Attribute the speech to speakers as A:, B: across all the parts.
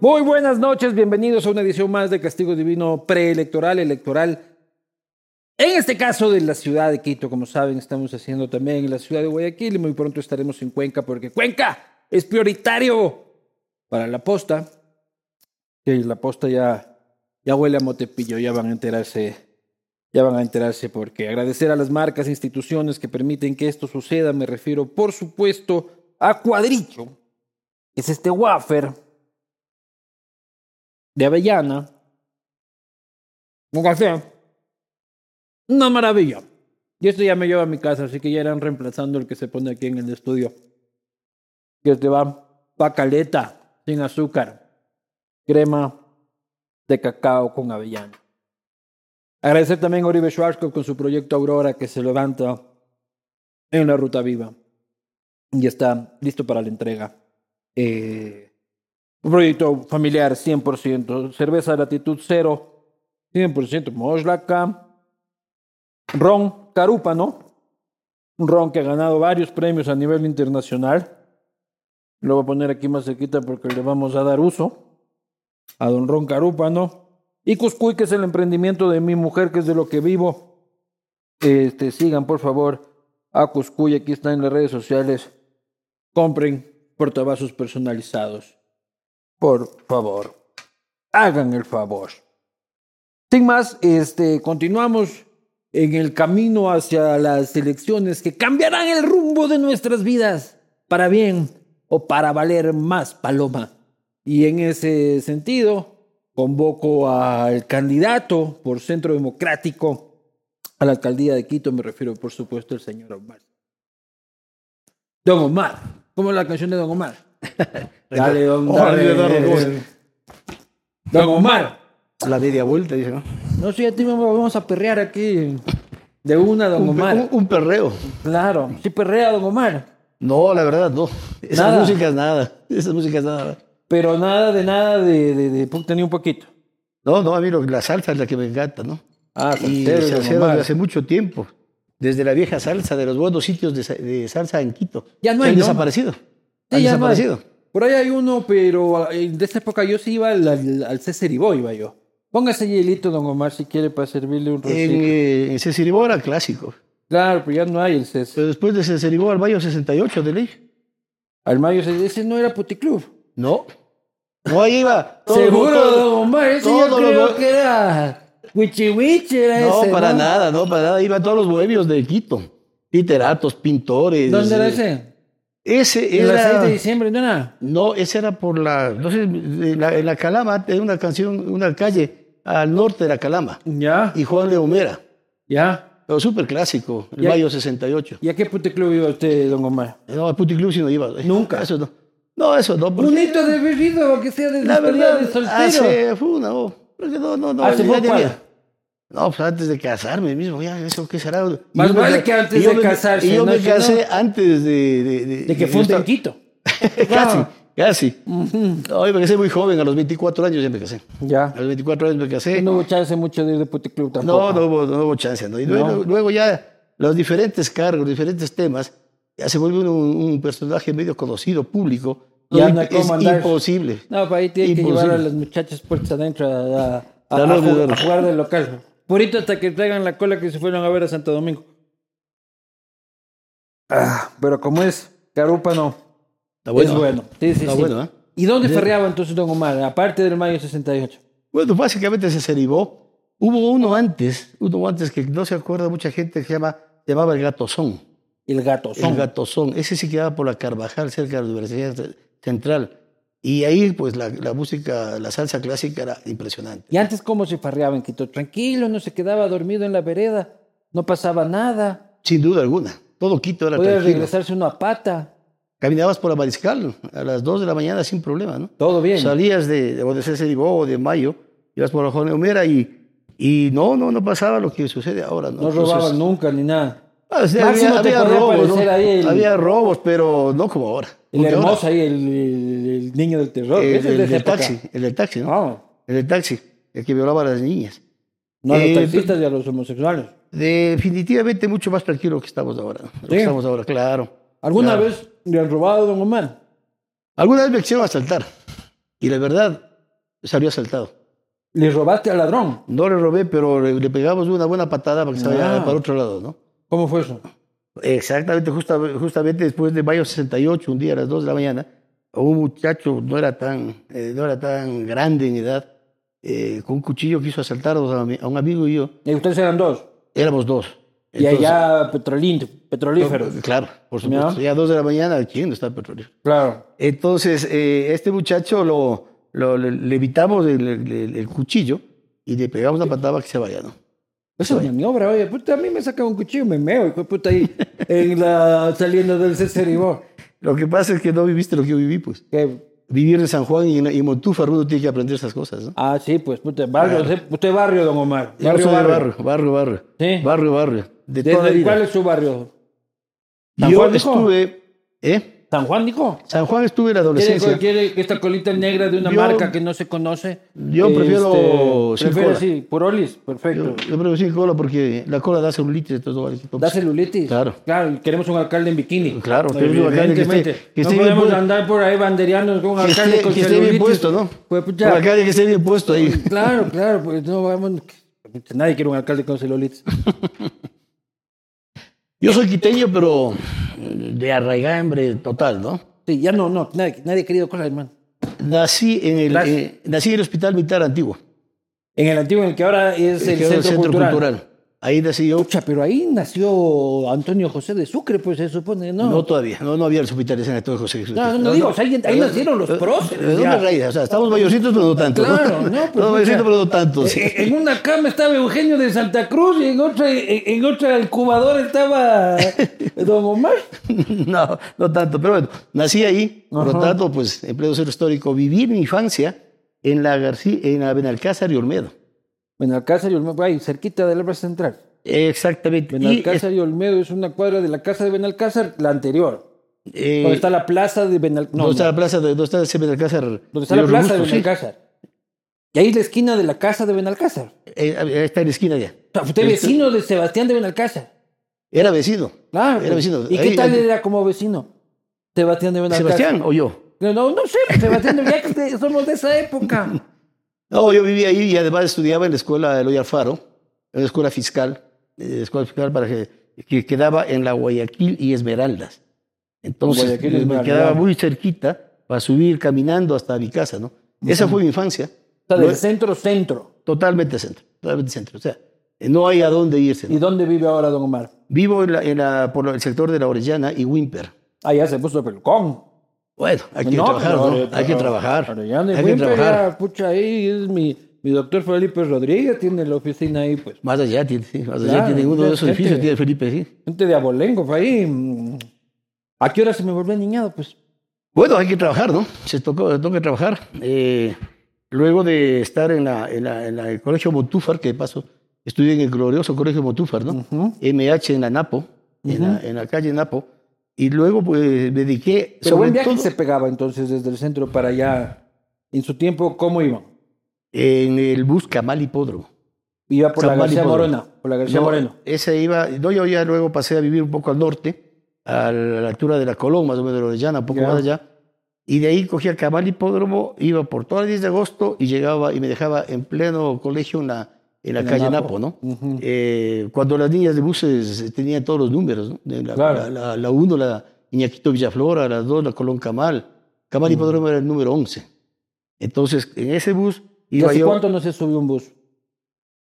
A: Muy buenas noches, bienvenidos a una edición más de Castigo Divino Preelectoral, Electoral. En este caso de la ciudad de Quito, como saben, estamos haciendo también en la ciudad de Guayaquil y muy pronto estaremos en Cuenca porque Cuenca es prioritario para la posta. Sí, la posta ya, ya huele a motepillo, ya van a enterarse, ya van a enterarse porque agradecer a las marcas e instituciones que permiten que esto suceda, me refiero por supuesto a Cuadrillo, que es este wafer de avellana, un café, una maravilla. Y esto ya me lleva a mi casa, así que ya irán reemplazando el que se pone aquí en el estudio. Que te va pacaleta, sin azúcar, crema de cacao con avellana. Agradecer también a Oribe Schwarzkopf con su proyecto Aurora que se levanta en la ruta viva y está listo para la entrega. Eh, un proyecto familiar 100%, cerveza de latitud cero, 100%, Moslaca, ron carúpano, un ron que ha ganado varios premios a nivel internacional. Lo voy a poner aquí más cerquita porque le vamos a dar uso a don Ron Carúpano. Y Cuscuy, que es el emprendimiento de mi mujer, que es de lo que vivo. Este, sigan, por favor, a Cuscuy. Aquí está en las redes sociales. Compren portavasos personalizados. Por favor, hagan el favor. Sin más, este, continuamos en el camino hacia las elecciones que cambiarán el rumbo de nuestras vidas para bien o para valer más paloma. Y en ese sentido, convoco al candidato por Centro Democrático a la alcaldía de Quito, me refiero por supuesto al señor Omar. Don Omar, ¿cómo es la canción de Don Omar? dale, don, dale, Don Omar.
B: La media vuelta, dice, ¿no?
A: No sé, a ti vamos a perrear aquí de una, Don
B: Un,
A: Omar.
B: un- un perreo.
A: Claro, sí perrea, Don Omar.
B: No, la verdad, no. Esa
A: Nada.
B: música es nada. Esa música es nada.
A: Pero nada de nada de, de, de puta, ni un poquito.
B: No, no, a mí lo- la salsa es la que me encanta, ¿no?
A: Ah,
B: Y
A: salsero,
B: se
A: Don
B: hacía
A: Omar.
B: desde hace mucho tiempo. Desde la vieja salsa, de los buenos sitios de, sa- de salsa en Quito.
A: Ya no
B: Se
A: hay,
B: Han
A: ¿no?
B: desaparecido.
A: Sí,
B: Han
A: ya no hay.
B: desaparecido.
A: Por ahí hay uno, pero eh, de esta época yo sí iba al, al, al César Ibó, iba yo. Póngase hielito, don Omar, si quiere, para servirle un
B: En,
A: rosito.
B: eh, en Cecilibó era clásico.
A: Claro, pero ya no hay el César.
B: Pero después de Cecilibó al Mayo 68, de ley.
A: Al Mayo, se- ese no era Puticlub.
B: No. No, ahí iba. todo-
A: Seguro,
B: todo-
A: don Omar, ese yo
B: todo lo
A: creo
B: bo-
A: que era Wichi Wichi, era
B: No,
A: ese.
B: para nada, no, para nada. Iban todos los bohemios de Quito. Literatos, pintores.
A: ¿Dónde era
B: eh,
A: ese?
B: Ese
A: Era el 6
B: era.
A: de diciembre, ¿no era?
B: No, ese era por la. No sé, en la, en la Calama, hay una canción, una calle al norte de la Calama.
A: Ya,
B: Y Juan Leomera.
A: ya.
B: Pero súper clásico, el
A: Ya.
B: mayo 68.
A: ¿Y a qué Puticlub iba usted, don Omar?
B: No, al Puticlub si no iba.
A: Nunca.
B: Eso no. No, eso no. porque
A: Un hito de berrido, que sea de
B: la verdad,
A: de soltero.
B: hace. fue una, oh, porque no, no, no.
A: Hace
B: ya
A: poco,
B: tenía-
A: ¿cuál?
B: No, pues antes de casarme mismo, ya, eso qué será. Y
A: Más
B: yo me
A: vale
B: ca-
A: que antes
B: y yo
A: de
B: me-
A: casarse,
B: Y yo
A: ¿no?
B: me
A: Si no-
B: casé antes de. De,
A: De que
B: de-
A: fue un
B: de-
A: Quito.
B: casi,
A: Ah.
B: casi. No, yo me casé muy joven, a los 24 años ya me casé.
A: Ya.
B: A los 24 años me casé.
A: No hubo chance mucho de ir de puticlub tampoco.
B: No, no hubo, no hubo chance. ¿no? Y
A: No.
B: Luego, luego ya los diferentes cargos, diferentes temas, ya se vuelve uno un, un personaje medio conocido, público. y
A: Ya
B: es-
A: no hay cómo
B: es
A: andar.
B: imposible.
A: No, para ahí tiene que
B: Imposible.
A: llevar a las muchachas puertas adentro a, a- a-
B: Ya
A: a
B: no,
A: ju-
B: no.
A: a jugar del local. Purito hasta que traigan la cola que se fueron a ver a Santo Domingo. Ah, pero como es, Carúpano
B: Está
A: es bueno. Sí, sí,
B: Está
A: sí.
B: bueno, ¿eh?
A: ¿Y dónde ferreaba entonces Don Omar? Aparte del mayo 68.
B: Bueno, básicamente se ceribó. Hubo uno antes, uno antes que no se acuerda mucha gente que se llama, llamaba el Gatozón.
A: El gato
B: El Gatozón. Ese sí quedaba por la Carvajal, cerca de la Universidad Central. Y ahí, pues, la, la música, la salsa clásica era impresionante.
A: Y antes, ¿cómo se farreaba en Quito? Tranquilo, no se quedaba dormido en la vereda. No pasaba nada.
B: Sin duda alguna. Todo Quito era
A: Podía
B: tranquilo.
A: regresarse uno a pata.
B: Caminabas por la Mariscal a las 2 de la mañana sin problema, ¿no?
A: Todo bien.
B: Salías de, de, o de Ceseribó o de Mayo, ibas por la Juan Homera y, y no, no, no pasaba lo que sucede ahora, ¿no?
A: No
B: Entonces,
A: robaban nunca ni nada.
B: ah, sí,
A: Máximo
B: había,
A: te
B: había
A: podía
B: robos, ¿no?
A: aparecer ahí el-
B: Había robos, pero no como ahora.
A: El
B: Porque ahora,
A: hermoso ahí, el, el- el niño del terror.
B: el,
A: Ese es
B: el
A: de esa
B: del
A: época.
B: taxi, el del taxi, ¿no?
A: No,
B: El del taxi, el que violaba a las niñas.
A: No a los
B: Eh,
A: taxistas y a los homosexuales.
B: Definitivamente mucho más tranquilo que estamos ahora. lo que
A: Sí.
B: estamos ahora, claro.
A: ¿Alguna
B: claro.
A: vez le han robado a don Omar?
B: Alguna vez me quisieron asaltar. Y la verdad, salió asaltado.
A: ¿Le robaste al ladrón?
B: No le robé, pero le, le pegamos una buena patada para que se vaya
A: Ah.
B: para otro lado, ¿no?
A: ¿Cómo fue eso?
B: Exactamente, justa- justamente después de mayo 68, un día a las 2 de la mañana, un muchacho no era tan, eh, no era tan grande en edad, eh, con un cuchillo quiso asaltarnos a, mi- a un amigo y yo.
A: Y ustedes eran dos.
B: Éramos dos.
A: Y
B: Entonces, pues,
A: allá petrolín, petrolíferos.
B: Claro, por supuesto.
A: Ya.
B: Ya a 2 de la mañana, ¿quién no está petróleo?
A: Claro.
B: Entonces, eh, este muchacho lo, lo- le, le evitamos el, el- el cuchillo y le pegamos la patada para que se vaya, ¿no?
A: Esa es maniobra, oye, puta, a mí me saca un cuchillo, me meo, hijo de puta, ahí, en la, saliendo del César y vos.
B: Lo que pasa es que no viviste lo que yo viví, pues.
A: Que-
B: Vivir en San Juan y en, y en Montúfar uno tiene que aprender esas cosas, ¿no?
A: Ah, sí, pues, puta, barrio, usted- usted barrio, don Omar.
B: Yo
A: Barrio,
B: soy de
A: barrio.
B: barrio, barrio, barrio.
A: Sí.
B: Barrio, barrio. De toda la
A: ¿Desde
B: vida.
A: cuál es su barrio? San
B: Yo
A: Juan, hijo?
B: estuve... ¿Eh?
A: ¿San Juan, dijo?
B: San Juan estuve en la
A: ¿Quiere,
B: adolescencia.
A: quiere esta colita negra de una
B: Yo-
A: marca que no se conoce? Este,
B: yo prefiero sin
A: Prefiero
B: cola.
A: así, por olis, perfecto.
B: Yo, yo creo que sí, cola, porque la cola da celulitis. Entonces,
A: ¿Da celulitis?
B: Claro.
A: Claro, y queremos un alcalde en bikini.
B: Claro, queremos un alcalde que esté-
A: Evidentemente.
B: que
A: no
B: esté bien
A: podemos
B: puesto.
A: andar por ahí bandereando con un
B: que
A: alcalde
B: esté,
A: con
B: que esté
A: celulitis.
B: bien puesto, ¿no?
A: Pues,
B: Por
A: pucha,
B: la calle que esté bien puesto ahí.
A: Claro, claro, pues no vamos. Nadie quiere un alcalde con celulitis.
B: Yo soy quiteño, pero eh, de arraigambre total, ¿no?
A: Sí, ya no, no, nadie, nadie ha querido cosas, hermano.
B: Nací en el,
A: Claro.
B: eh, nací en el Hospital Militar Antiguo,
A: En el antiguo, en el que ahora es
B: que
A: el
B: era
A: centro, cultural.
B: Ahí nací yo.
A: Pucha, pero ahí nació Antonio José de Sucre, pues se supone, ¿no?
B: No, todavía, no, no había el hospital de San Antonio José Jesús.
A: No, no, no digo, o sea, ahí- ahí nacieron los
B: eh,
A: próceres,
B: eh, no
A: ya.
B: me rayes, o sea, estamos mayorcitos, pero no tanto.
A: Claro, no, pues,
B: Estamos mayorcitos, pero no tanto. sí.
A: Eh, En una cama estaba Eugenio de Santa Cruz y en otra, en en otra incubadora estaba Don Omar.
B: no, no tanto, pero bueno, nací ahí, por lo tanto, pues, en pleno centro histórico. Viví mi infancia en la, García, en la Benalcázar y Olmedo.
A: Benalcázar y Olmedo, ahí, cerquita de la Plaza Central.
B: Exactamente. Y,
A: Benalcázar y Olmedo es una cuadra de la casa de Benalcázar, la anterior.
B: eh,
A: Donde está la plaza de Benalcázar.
B: ¿Dónde está la plaza de dónde está ese Benalcázar?
A: donde está la
B: Los
A: plaza de
B: Robustos, sí.
A: Benalcázar. Y ahí es la esquina de la casa de Benalcázar.
B: Eh, ahí está en la esquina ya.
A: O sea, usted
B: Este
A: vecino de Sebastián de Benalcázar.
B: Era vecino.
A: Claro.
B: Era vecino.
A: ¿Y
B: Ahí-
A: qué tal
B: ahí-
A: era como vecino? Sebastián de Benalcázar.
B: ¿Sebastián o yo?
A: No, no, no sé, Sebastián, de- ya que te- somos de esa época.
B: No, yo vivía ahí y además estudiaba en la escuela Eloy Alfaro, en la escuela fiscal, eh, escuela fiscal para que, que quedaba en la Guayaquil y Esmeraldas. Entonces
A: Guayaquil y
B: eh, me
A: Esmeraldas.
B: quedaba muy cerquita para subir caminando hasta mi casa, ¿no? Esa fue mi infancia.
A: O sea, del
B: No-
A: centro, centro.
B: Totalmente centro, totalmente centro. O sea, eh, no hay a dónde irse. ¿no?
A: ¿Y dónde vive ahora Don Omar?
B: Vivo en la- en la- por el sector de la Orellana y Wimper.
A: Ah, ya se puso pelucón.
B: Bueno, hay que
A: No,
B: trabajar,
A: pero-
B: ¿no? Hay que
A: pero-
B: trabajar.
A: pero ya de
B: hay que
A: Wimper,
B: trabajar.
A: ya, pucha, ahí es mi, mi doctor Felipe Rodríguez, tiene la oficina ahí, pues.
B: Más allá tiene, sí, más allá
A: Claro,
B: tiene uno de
A: ya
B: esos
A: gente.
B: edificios, tiene Felipe, sí.
A: Gente de abolengo, fue ahí. mm. ¿A qué hora se me volvió niñado? Pues
B: Bueno, hay que trabajar, ¿no? Se tocó, toca trabajar. Eh, luego de estar en, la, en, la- en la- el Colegio Montúfar, que de paso estudié en el glorioso Colegio Montúfar, ¿no?
A: Ujú.
B: MH en la Napo, en, la, en la calle Napo. Y luego pues, me dediqué.
A: Pero buen viaje se pegaba entonces desde el centro para allá. En su tiempo, ¿cómo iban?
B: en el bus Camal Hipódromo.
A: Iba por la
B: San Juan y
A: García
B: Podre.
A: Morona, por la García
B: No,
A: Moreno.
B: Ese iba, no, yo ya luego pasé a vivir un poco al norte, a la altura de la Colón, más o menos de la Orellana, un poco
A: Ya.
B: más allá. Y de ahí cogía Camal Hipódromo, iba por toda la 10 de agosto y llegaba y me dejaba en pleno colegio en la, en la
A: En la
B: calle
A: Napo.
B: Napo, ¿no?
A: Ujú.
B: Eh, cuando las niñas de buses tenían todos los números, ¿no? De la,
A: Claro.
B: la, la- la 1, la Iñaquito Villaflora, la 2, la Colón Camal. Camal
A: Mm.
B: Hipódromo era el número 11. Entonces, en ese bus
A: ¿Y
B: iba
A: hace
B: yo.
A: cuánto no se subió un bus?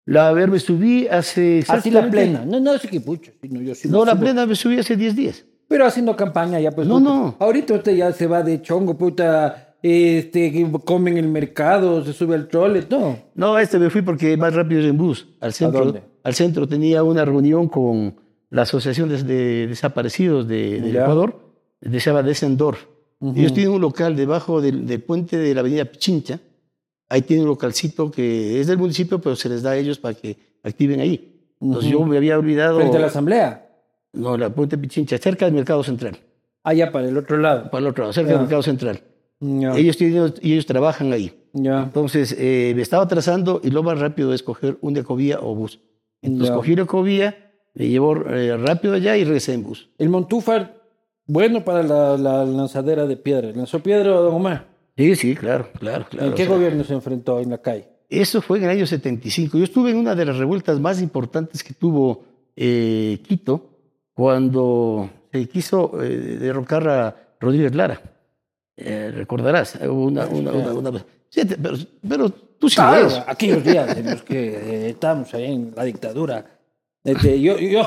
B: La, a ver, me subí hace.
A: Así Ah, la
B: exactamente-
A: plena. No, no, así que pucho. sí, No, yo sí me
B: No, la
A: subo.
B: plena me subí hace 10 días.
A: Pero haciendo campaña ya, pues.
B: No,
A: puta.
B: no.
A: Ahorita usted ya se va de chongo, puta. Este, que come en el mercado, se sube al trolet, no.
B: No, este me fui porque más rápido es en bus. Al centro,
A: dónde?
B: Al centro tenía una reunión con la Asociación de, de Desaparecidos de, del
A: Ya.
B: Ecuador, de Saba de Sendor. Y Ellos tienen un local debajo del, del puente de la avenida Pichincha. Ahí tienen un localcito que es del municipio, pero se les da a ellos para que activen ahí. Entonces yo me había olvidado...
A: Frente a la asamblea.
B: No, la puente Pichincha, cerca del Mercado Central.
A: Allá para el otro lado.
B: para el otro lado, cerca
A: Ya.
B: del mercado central.
A: Ya.
B: Ellos, tienen, y ellos trabajan ahí.
A: Ya.
B: Entonces, eh, me estaba atrasando y lo más rápido es coger un ecovía o bus. Entonces,
A: Ya.
B: cogí el ecovía, me llevó eh, rápido allá y regresé en bus.
A: El Montúfar, bueno para la, la lanzadera de piedra. ¿Lanzó piedra don Omar?
B: Sí, sí, claro, claro, claro.
A: ¿En qué
B: O sea,
A: gobierno se enfrentó en la calle?
B: Eso fue en el año 75. Yo estuve en una de las revueltas más importantes que tuvo eh, Quito cuando se quiso eh, derrocar a Rodríguez Lara. Eh, recordarás, hubo una, una, una, una- Sí, te- pero, pero tú sí lo ves.
A: Claro, aquellos días en los que eh, estábamos ahí en la dictadura. Este, yo, yo,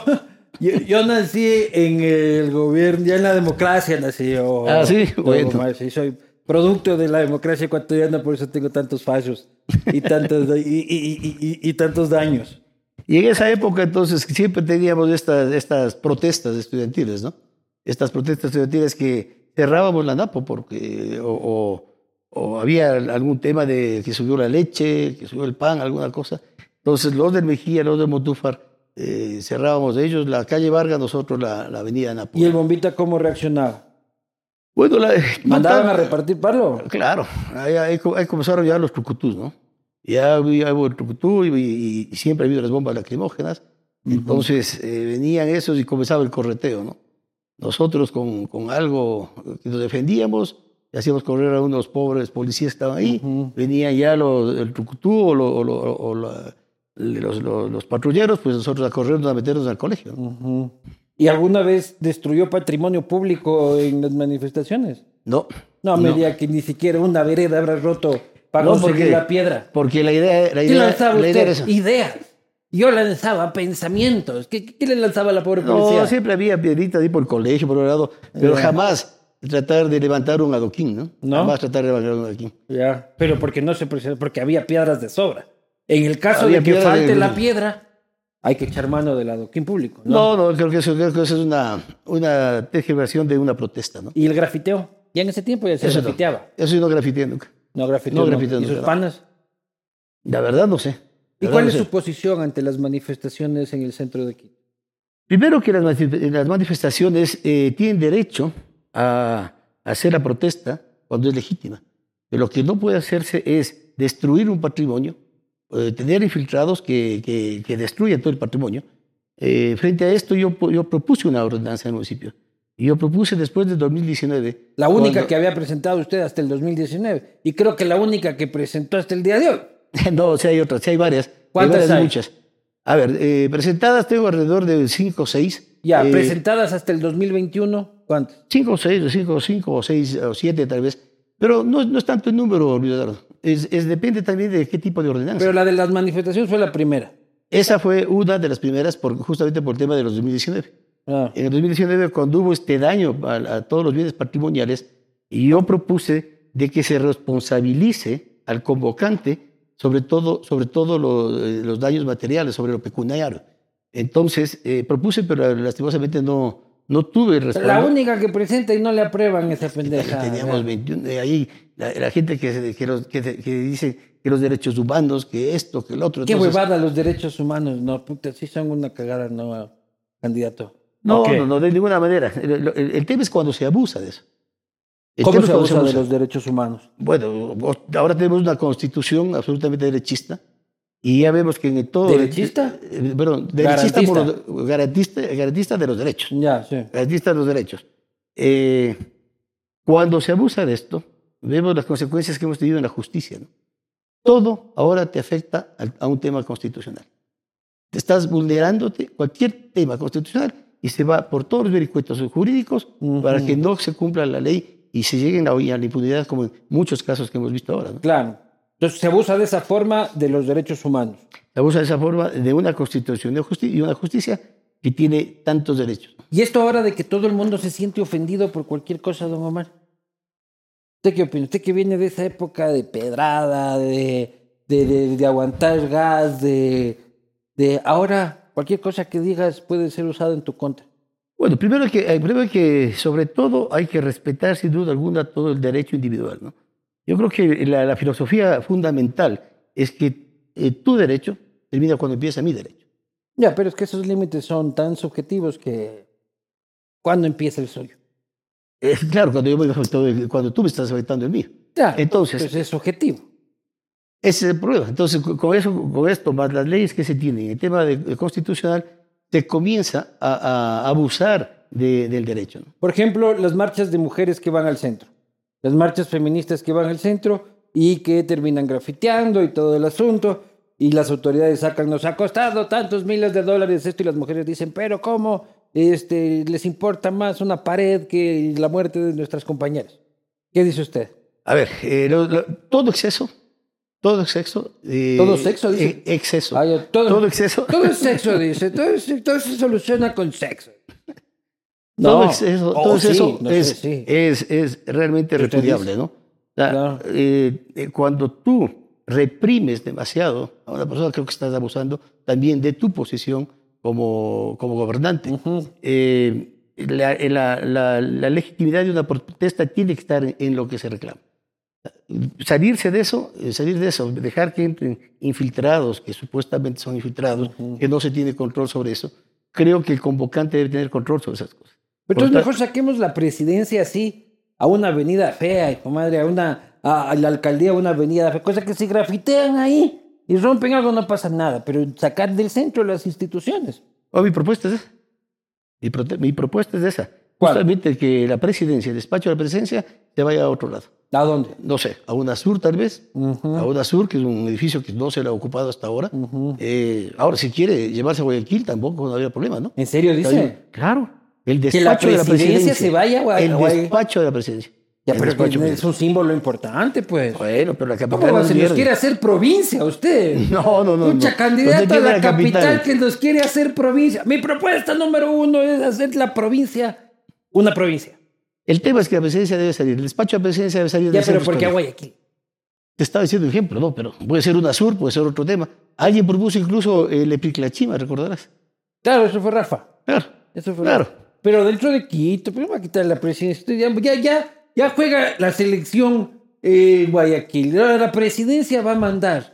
A: yo, yo nací en el gobierno, ya en la democracia nací yo.
B: Ah, sí,
A: Don
B: bueno.
A: Omar, sí, soy producto de la democracia ecuatoriana, por eso tengo tantos fallos y, tantos, da- y, y- y- y- y tantos daños.
B: Y en esa época, entonces, siempre teníamos estas, estas protestas estudiantiles, ¿no? Estas protestas estudiantiles que cerrábamos la NAPO porque, o, o- o había algún tema de que subió la leche, que subió el pan, alguna cosa. Entonces, los del Mejía, los del Motúfar, eh, cerrábamos ellos la calle Vargas, nosotros la, la avenida NAPO.
A: ¿Y el bombita cómo reaccionaba?
B: Bueno, la,
A: ¿Mandaban a
B: montaban-
A: repartir palo?
B: Claro, ahí, ahí co- ahí comenzaron ya los trucutús, ¿no? Ya hubo ya hubo el trucutú y, y- y siempre ha habido las bombas lacrimógenas. Entonces eh, venían esos y comenzaba el correteo, ¿no? Nosotros con, con algo que nos defendíamos, hacíamos correr a unos pobres policías que estaban ahí,
A: Ujú.
B: venían ya los, el trucutú o, lo- o lo- o la- los, los- los patrulleros, pues nosotros a corrernos, a meternos al colegio. ¿no?
A: Ujú. ¿Y alguna vez destruyó patrimonio público en las manifestaciones?
B: No,
A: No, me diga que ni siquiera una vereda habrá roto para
B: No,
A: conseguir
B: porque-
A: la piedra.
B: porque la idea, la
A: ¿Qué
B: idea,
A: lanzaba
B: la idea era
A: usted?
B: esa.
A: Ideas. Yo lanzaba pensamientos. ¿Qué, qué- qué le lanzaba a la pobre
B: No,
A: policía?
B: siempre había piedritas ahí por el colegio, por el lado, pero
A: Ya.
B: jamás tratar de levantar un adoquín, ¿no?
A: ¿No?
B: Jamás tratar de levantar un adoquín.
A: Ya, Pero porque no se presionó, porque había piedras de sobra. En el caso
B: Había
A: de que
B: piedras
A: falte
B: de-
A: la piedra, hay que echar mano del adoquín público. ¿no?
B: No, no, creo que eso, creo que eso es una, una tergiversación de una protesta, ¿no?
A: Y el grafiteo. Ya en ese tiempo ya se
B: Eso no.
A: grafiteaba.
B: Eso yo no grafiteé nunca.
A: No, grafiteo.
B: No,
A: no.
B: grafiteo
A: ¿Y
B: no,
A: sus
B: no.
A: panas?
B: La verdad no sé.
A: ¿Y
B: La verdad
A: cuál
B: no
A: es
B: sé.
A: su posición ante las manifestaciones en el centro de Quito?
B: Primero que las, manif- las manifestaciones eh, tienen derecho a hacer la protesta cuando es legítima. Pero lo que no puede hacerse es destruir un patrimonio, eh, tener infiltrados que, que, que destruyan todo el patrimonio. Eh, frente a esto yo, po- yo propuse una ordenanza del municipio. Y yo propuse después del 2019.
A: La única
B: cuando-
A: que había presentado usted hasta el 2019. Y creo que la única que presentó hasta el día de hoy.
B: No, sí hay otras, sí hay varias.
A: ¿Cuántas
B: varias,
A: hay?
B: Muchas. A ver, eh, presentadas tengo alrededor de 5 o Eh, 6.
A: Ya, presentadas hasta el 2021, ¿cuántas?
B: cinco o seis, o cinco, cinco o seis o siete tal vez. Pero no, es- no es tanto el número, Luis Eduardo. Es, es- depende también de qué tipo de ordenanza.
A: Pero la de las manifestaciones fue la primera.
B: Esa fue una de las primeras por, justamente por el tema de los 2019.
A: Ah,
B: En el 2019, cuando hubo este daño a, a todos los bienes patrimoniales, y yo propuse de que se responsabilice al convocante sobre todo, sobre todo lo- eh, los daños materiales, sobre lo pecuniario. Entonces, eh, propuse, pero lastimosamente no, no tuve el respaldo.
A: la única que presenta y no le aprueban esa pendeja.
B: teníamos 21, eh, ahí la, la gente que, se- que, los- que se- que dice que los derechos humanos, que esto, que el otro.
A: Qué
B: entonces-
A: huevada los derechos humanos, no, puta, sí son una cagada, no, candidato.
B: No,
A: Ok.
B: no, no, de ninguna manera. El, el- el tema es cuando se abusa de eso. El
A: ¿Cómo
B: tema es
A: se
B: cuando
A: abusa de los derechos humanos?
B: Bueno, vos- ahora tenemos una constitución absolutamente derechista y ya vemos que en todo...
A: ¿Derechista?
B: Eh, perdón, derechista, por
A: Garantista.
B: los- garantista, garantista de los derechos.
A: Ya, sí.
B: garantista de los derechos. Eh, cuando se abusa de esto, vemos las consecuencias que hemos tenido en la justicia. ¿no? Todo ahora te afecta al- a, un tema constitucional. Te estás vulnerándote cualquier tema constitucional y se va por todos los vericuetos jurídicos
A: Ujú.
B: para que no se cumpla la ley y se lleguen a, a la impunidad como en muchos casos que hemos visto ahora. ¿no?
A: Claro. Entonces se abusa de esa forma de los derechos humanos.
B: Se abusa de esa forma de una constitución de justi- y una justicia que tiene tantos derechos.
A: Y esto ahora de que todo el mundo se siente ofendido por cualquier cosa, don Omar. ¿Usted qué opina? Usted que viene de esa época de pedrada, de, de, de- de aguantar gas, de, de... Ahora, cualquier cosa que digas puede ser usada en tu contra.
B: Bueno, primero que, eh, primero que, sobre todo, hay que respetar sin duda alguna todo el derecho individual. ¿no? Yo creo que la, la filosofía fundamental es que eh, tu derecho termina cuando empieza mi derecho.
A: Ya, pero es que esos límites son tan subjetivos que... ¿Cuándo empieza el suyo?
B: Eh, claro, cuando yo me afectado el- cuando tú me estás afectando el mío.
A: Claro,
B: Entonces-
A: pues es objetivo.
B: Ese es el problema. Entonces, co- con eso, con esto, más las leyes que se tienen, el tema de- de constitucional, se comienza a, a abusar de- del derecho. ¿no?
A: Por ejemplo, las marchas de mujeres que van al centro, las marchas feministas que van al centro y que terminan grafiteando y todo el asunto, y las autoridades sacan, nos ha costado tantos miles de dólares esto, y las mujeres dicen, pero ¿cómo este, les importa más una pared que la muerte de nuestras compañeras? ¿Qué dice usted?
B: A ver, eh, lo- lo- todo exceso, todo exceso. eh,
A: ¿Todo sexo, dice?
B: eh, exceso.
A: Ah, ya,
B: todo, exceso.
A: Todo es sexo, dice, todo, es- todo se soluciona con sexo.
B: todo exceso,
A: Oh,
B: todo
A: sí,
B: exceso
A: no sé,
B: es,
A: sí.
B: es, es realmente
A: Usted
B: repudiable, ¿no? O sea,
A: Claro.
B: eh, eh, cuando tú reprimes demasiado a una persona, creo que estás abusando también de tu posición como, como gobernante.
A: Ujú.
B: Eh, la, la- la- la legitimidad de una protesta tiene que estar en, en lo que se reclama. Salirse de eso, eh, salir de eso, dejar que entren infiltrados, que supuestamente son infiltrados, que no se tiene control sobre eso. Creo que el convocante debe tener control sobre esas cosas.
A: Pero
B: Por
A: entonces
B: tal-
A: mejor saquemos la presidencia así, a una avenida fea, hijo madre, a una, a, a la alcaldía, a una avenida fea, cosa que si grafitean ahí y rompen algo no pasa nada, pero sacar del centro las instituciones.
B: Oh, mi propuesta es esa. Mi, prote- mi propuesta es esa.
A: ¿Cuál?
B: Justamente que la presidencia, el despacho de la presidencia, se vaya a otro lado.
A: ¿A dónde?
B: No sé, a una sur tal vez.
A: Ujú.
B: A una sur, que es un edificio que no se le ha ocupado hasta ahora. Eh, ahora, si quiere llevarse a Guayaquil, tampoco no había problema, ¿no?
A: ¿En serio
B: Está
A: dice?
B: bien. Claro. El
A: Que la
B: despacho de la
A: presidencia
B: presidencia.
A: se vaya a Gua-
B: El
A: a Guay-
B: despacho de la presidencia.
A: Ya,
B: El
A: pero
B: despacho
A: que
B: de la
A: es un símbolo importante, pues.
B: presidencia. Bueno, pero la capital
A: ¿Cómo
B: no
A: va? se nos
B: pierde.
A: quiere hacer provincia usted?
B: No, no, no.
A: Mucha
B: no.
A: candidata
B: Usted
A: a
B: quiere
A: la capital. que nos quiere hacer provincia. Mi propuesta número uno es hacer la provincia una provincia.
B: El tema es que la presidencia debe salir. El despacho de la presidencia debe salir
A: Ya,
B: del
A: pero
B: centro
A: ¿por qué a
B: histórico.
A: Guayaquil?
B: Te estaba diciendo un ejemplo, ¿no? Pero puede ser una sur, puede ser otro tema. Alguien propuso incluso el Epiklachima, recordarás.
A: Claro, eso fue Rafa.
B: Claro.
A: Eso fue
B: Claro.
A: Pero dentro de Quito, pero va a quitar la presidencia. Ya, ya, ya, ya juega la selección eh, Guayaquil. Ahora La presidencia va a mandar.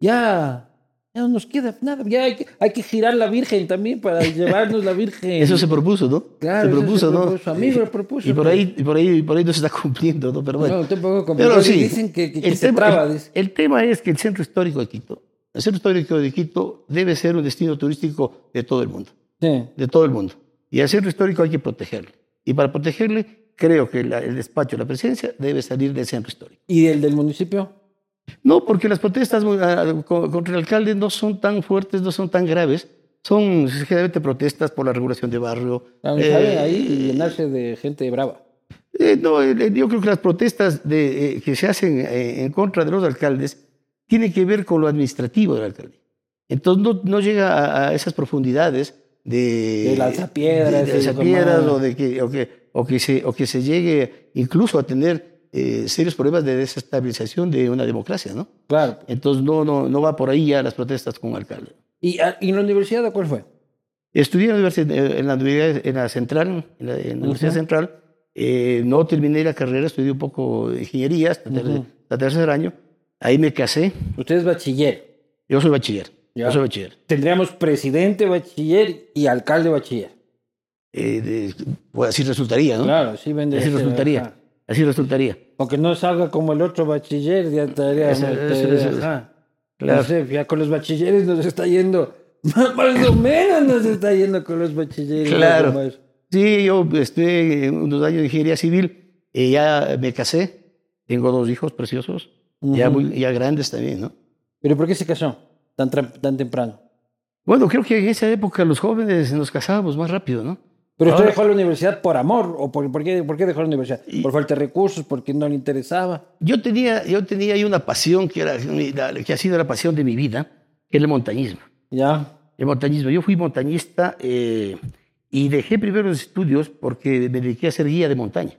A: Ya, ya no nos queda nada. Ya hay que, hay que girar la Virgen también para llevarnos la Virgen.
B: Eso se propuso, ¿no?
A: Claro,
B: se
A: eso
B: propuso,
A: se
B: ¿no?
A: propuso. A mí me lo propuso,
B: Y por ahí, y por ahí, y por ahí no se está cumpliendo, ¿no? Pero bueno.
A: No, tampoco complicado.
B: Pero sí.
A: Dicen que, que- que
B: el
A: se
B: tema-
A: traba.
B: el-
A: dice.
B: el tema es que el centro histórico de Quito, el centro histórico de Quito debe ser un destino turístico de todo el mundo.
A: Sí.
B: de todo el mundo. Y al centro histórico hay que protegerle. Y para protegerle, creo que la- el despacho de la presidencia debe salir del centro histórico.
A: ¿Y del del municipio?
B: No, porque las protestas mu- a- co- contra el alcalde no son tan fuertes, no son tan graves. Son generalmente protestas por la regulación de barrio.
A: ¿Sabe?
B: Eh,
A: Ahí llenarse de gente brava.
B: eh, no, el- el- yo creo que las protestas de, eh, que se hacen eh, en contra de los alcaldes tienen que ver con lo administrativo del alcalde. Entonces no, no llega a, a esas profundidades de...
A: Del alzapiedras,
B: de- del
A: del
B: alzapiedras
A: tomar.
B: o, de que, o, que, o que se, o que se llegue incluso a tener eh, serios problemas de desestabilización de una democracia, ¿no?
A: Claro.
B: Entonces no, no, no va por ahí ya las protestas con alcalde.
A: ¿Y, ah, y en la universidad cuál fue?
B: Estudié en la universidad, en la, univers- en la central, en la, en la Universidad
A: Ujú.
B: Central. Eh, no terminé la carrera, estudié un poco de ingeniería hasta ter-
A: Ujú.
B: hasta tercer año. Ahí me casé.
A: Usted es bachiller.
B: Yo soy bachiller.
A: Ya.
B: Yo soy bachiller.
A: tendríamos presidente bachiller y alcalde bachiller.
B: Eh, de- pues así resultaría, ¿no?
A: Claro, sí vendría.
B: así
A: a ser,
B: resultaría.
A: ajá.
B: Así resultaría.
A: Aunque no salga como el otro bachiller, ya estaría.
B: Eso,
A: ¿no?
B: eso,
A: Estaría,
B: eso,
A: ajá.
B: claro.
A: No sé, ya con los bachilleres nos está yendo. Más o menos nos está yendo con los bachilleres.
B: Claro.
A: ¿no? Más.
B: Sí, yo estudié unos años de ingeniería civil. eh, ya me casé. Tengo dos hijos preciosos. ya,
A: Ujú.
B: muy, ya grandes también, ¿no?
A: ¿Pero por qué se casó tan, tra- tan temprano?
B: Bueno, creo que en esa época los jóvenes nos casábamos más rápido, ¿no?
A: ¿Pero usted
B: Ahora-
A: dejó la universidad por amor? ¿O por, por qué, por qué dejó la universidad?
B: Y-
A: ¿Por falta de recursos? ¿Porque no le interesaba?
B: Yo tenía, yo tenía ahí una pasión que, era, mi- la- que ha sido la pasión de mi vida, que era el montañismo.
A: ¿Ya?
B: El montañismo. Yo fui montañista eh, y dejé primero los estudios porque me dediqué a ser guía de montaña.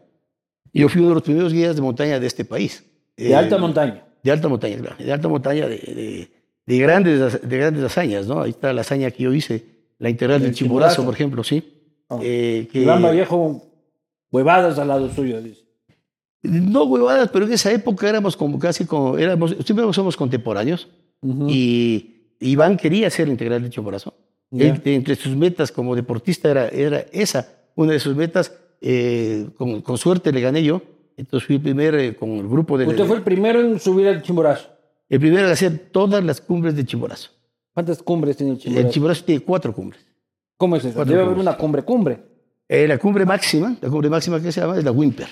B: Yo fui uno de los primeros guías de montaña de este país.
A: De
B: Eh,
A: alta montaña.
B: De alta montaña, claro. De alta montaña de, de- de grandes, haza- de grandes hazañas, ¿no? Ahí está la hazaña que yo hice, la integral
A: Del
B: del Chimborazo,
A: Chimborazo.
B: por ejemplo, sí.
A: Ah.
B: Eh, que-
A: Iván Vallejo, huevadas al lado suyo, dice.
B: no huevadas, pero en esa época éramos como casi como, éramos, siempre somos contemporáneos.
A: Ujú.
B: Y Iván quería ser integral del Chimborazo.
A: Ya.
B: Él, entre sus metas como deportista era, era esa, una de sus metas, eh, con, con suerte le gané yo. Entonces fui el primer eh, con el grupo de...
A: Usted fue el primero en subir al Chimborazo.
B: El primero en hacer todas las cumbres de Chimborazo.
A: ¿Cuántas cumbres tiene el Chimborazo?
B: El Chimborazo tiene cuatro cumbres.
A: ¿Cómo es eso?
B: Cuatro
A: Debe haber
B: cumbres.
A: una cumbre, cumbre.
B: Eh, la cumbre máxima, la cumbre máxima que se llama es la Wimper.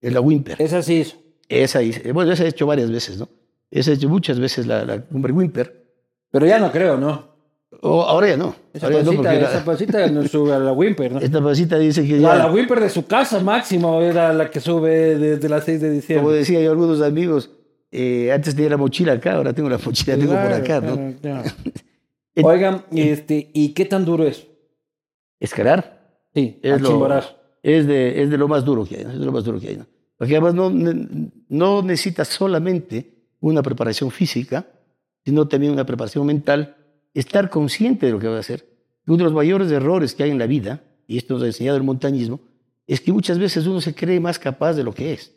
B: Es la Wimper.
A: Esa sí es.
B: Esa, hice- bueno, esa he hecho varias veces, ¿no? Esa he hecho muchas veces la, la cumbre Wimper.
A: Pero ya no creo, ¿no?
B: O, ahora ya no.
A: Esa
B: Ahora ya no,
A: pasita,
B: porque la-
A: esa pasita no sube a la Wimper, ¿no?
B: esta pasita dice que
A: A
B: ya,
A: la Wimper de su casa máximo era la que sube desde las 6 de
B: como
A: diciembre.
B: decía yo a algunos amigos, eh, antes tenía la mochila acá, ahora tengo la mochila tengo por
A: Claro,
B: acá, ¿no?
A: claro, claro. Oigan, este, ¿y qué tan duro es?
B: Escalar
A: Sí,
B: Es
A: al
B: lo-
A: Chimborazo.
B: es de, es de lo más duro que hay, ¿no? es de lo más duro que hay. ¿no? Porque además no, ne- no necesitas solamente una preparación física, sino también una preparación mental, estar consciente de lo que vas a hacer. Uno de los mayores errores que hay en la vida, y esto nos ha enseñado el montañismo, es que muchas veces uno se cree más capaz de lo que es.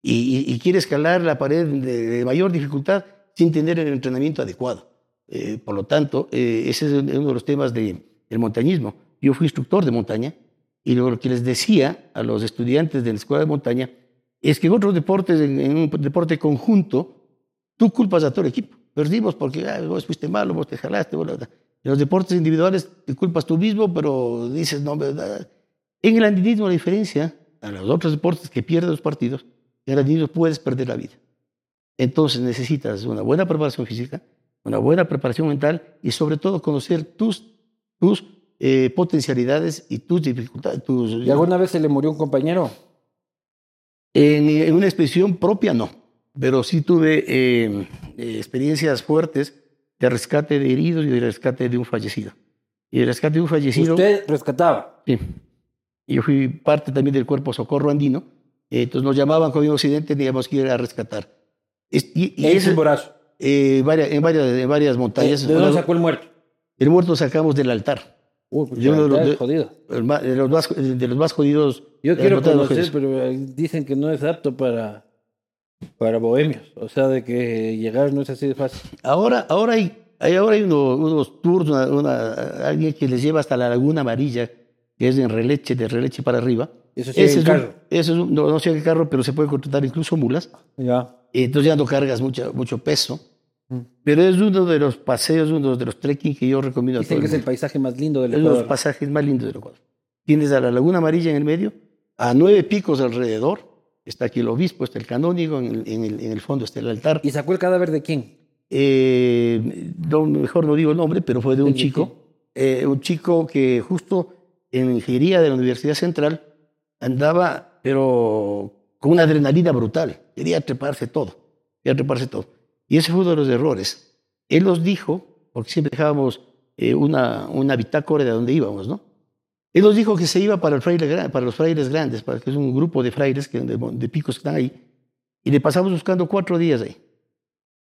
B: Y, y- y quiere escalar la pared de, de mayor dificultad sin tener el entrenamiento adecuado. Eh, por lo tanto, eh, ese es uno de los temas de- del montañismo. Yo fui instructor de montaña y lo que les decía a los estudiantes de la escuela de montaña es que en otros deportes, en, en un deporte conjunto, tú culpas a todo el equipo. Perdimos porque ah, vos fuiste malo, vos te jalaste. vos la- la. En los deportes individuales te culpas tú mismo, pero dices, no, ¿verdad? En el andinismo, la diferencia a los otros deportes que pierden los partidos, en el andinismo puedes perder la vida. Entonces necesitas una buena preparación física, una buena preparación mental y sobre todo conocer tus, tus eh, potencialidades y tus dificultades. Tus,
A: ¿Y alguna vez se le murió un compañero?
B: en, en una expedición propia no, pero sí tuve eh, eh, experiencias fuertes de rescate de heridos y de rescate de un fallecido. Y el rescate de un fallecido...
A: Usted rescataba.
B: Sí. Yo fui parte también del cuerpo socorro andino. eh, Entonces nos llamaban con un accidente, teníamos que ir a rescatar. Es- y y
A: en
B: eso-
A: Chimborazo.
B: eh, varias- en, varias, en varias montañas.
A: Eh, ¿De dónde
B: Una-
A: sacó el muerto?
B: el muerto sacamos del altar.
A: Uy, pues
B: Yo
A: ya
B: no lo-
A: está
B: de-
A: jodido.
B: el ma- de, los más, de los más jodidos.
A: Yo
B: de
A: quiero
B: los más
A: conocer,
B: jodidos.
A: pero eh, dicen que no es apto para, para bohemios. O sea, de que llegar no es así de fácil.
B: Ahora, ahora hay, hay- ahora hay uno- unos tours, una- una- alguien que les lleva hasta la Laguna Amarilla, que es en Releche, de Releche para arriba.
A: Eso sí, en
B: Ese es un-
A: carro.
B: ese es un- no, no sé qué carro, pero se puede contratar incluso mulas.
A: Ya.
B: Y entonces ya no cargas mucho, mucho peso.
A: Mm.
B: Pero es uno de los paseos, uno de los trekking que yo recomiendo a todo
A: Dicen que
B: el
A: es el
B: mundo.
A: paisaje más lindo del
B: Es uno de los
A: Ecuador.
B: pasajes más lindos del Ecuador. Tienes a la Laguna Amarilla en el medio, a nueve picos alrededor. Está aquí el obispo, está el canónigo, en el, en el- en el fondo está el altar.
A: ¿Y sacó el cadáver de quién?
B: Eh, no, mejor no digo el nombre, pero fue de un
A: Sí, sí,
B: chico. eh, un chico que justo en ingeniería de la Universidad Central andaba, pero con una adrenalina brutal. Quería treparse todo. Quería treparse todo. Y ese fue uno de los errores. Él nos dijo, porque siempre dejábamos eh, una, una bitácora de donde íbamos, ¿no? Él nos dijo que se iba para, el fraile, gra- para los frailes grandes, para que es un grupo de frailes que, de, de picos que están ahí. Y le pasamos buscando cuatro días ahí.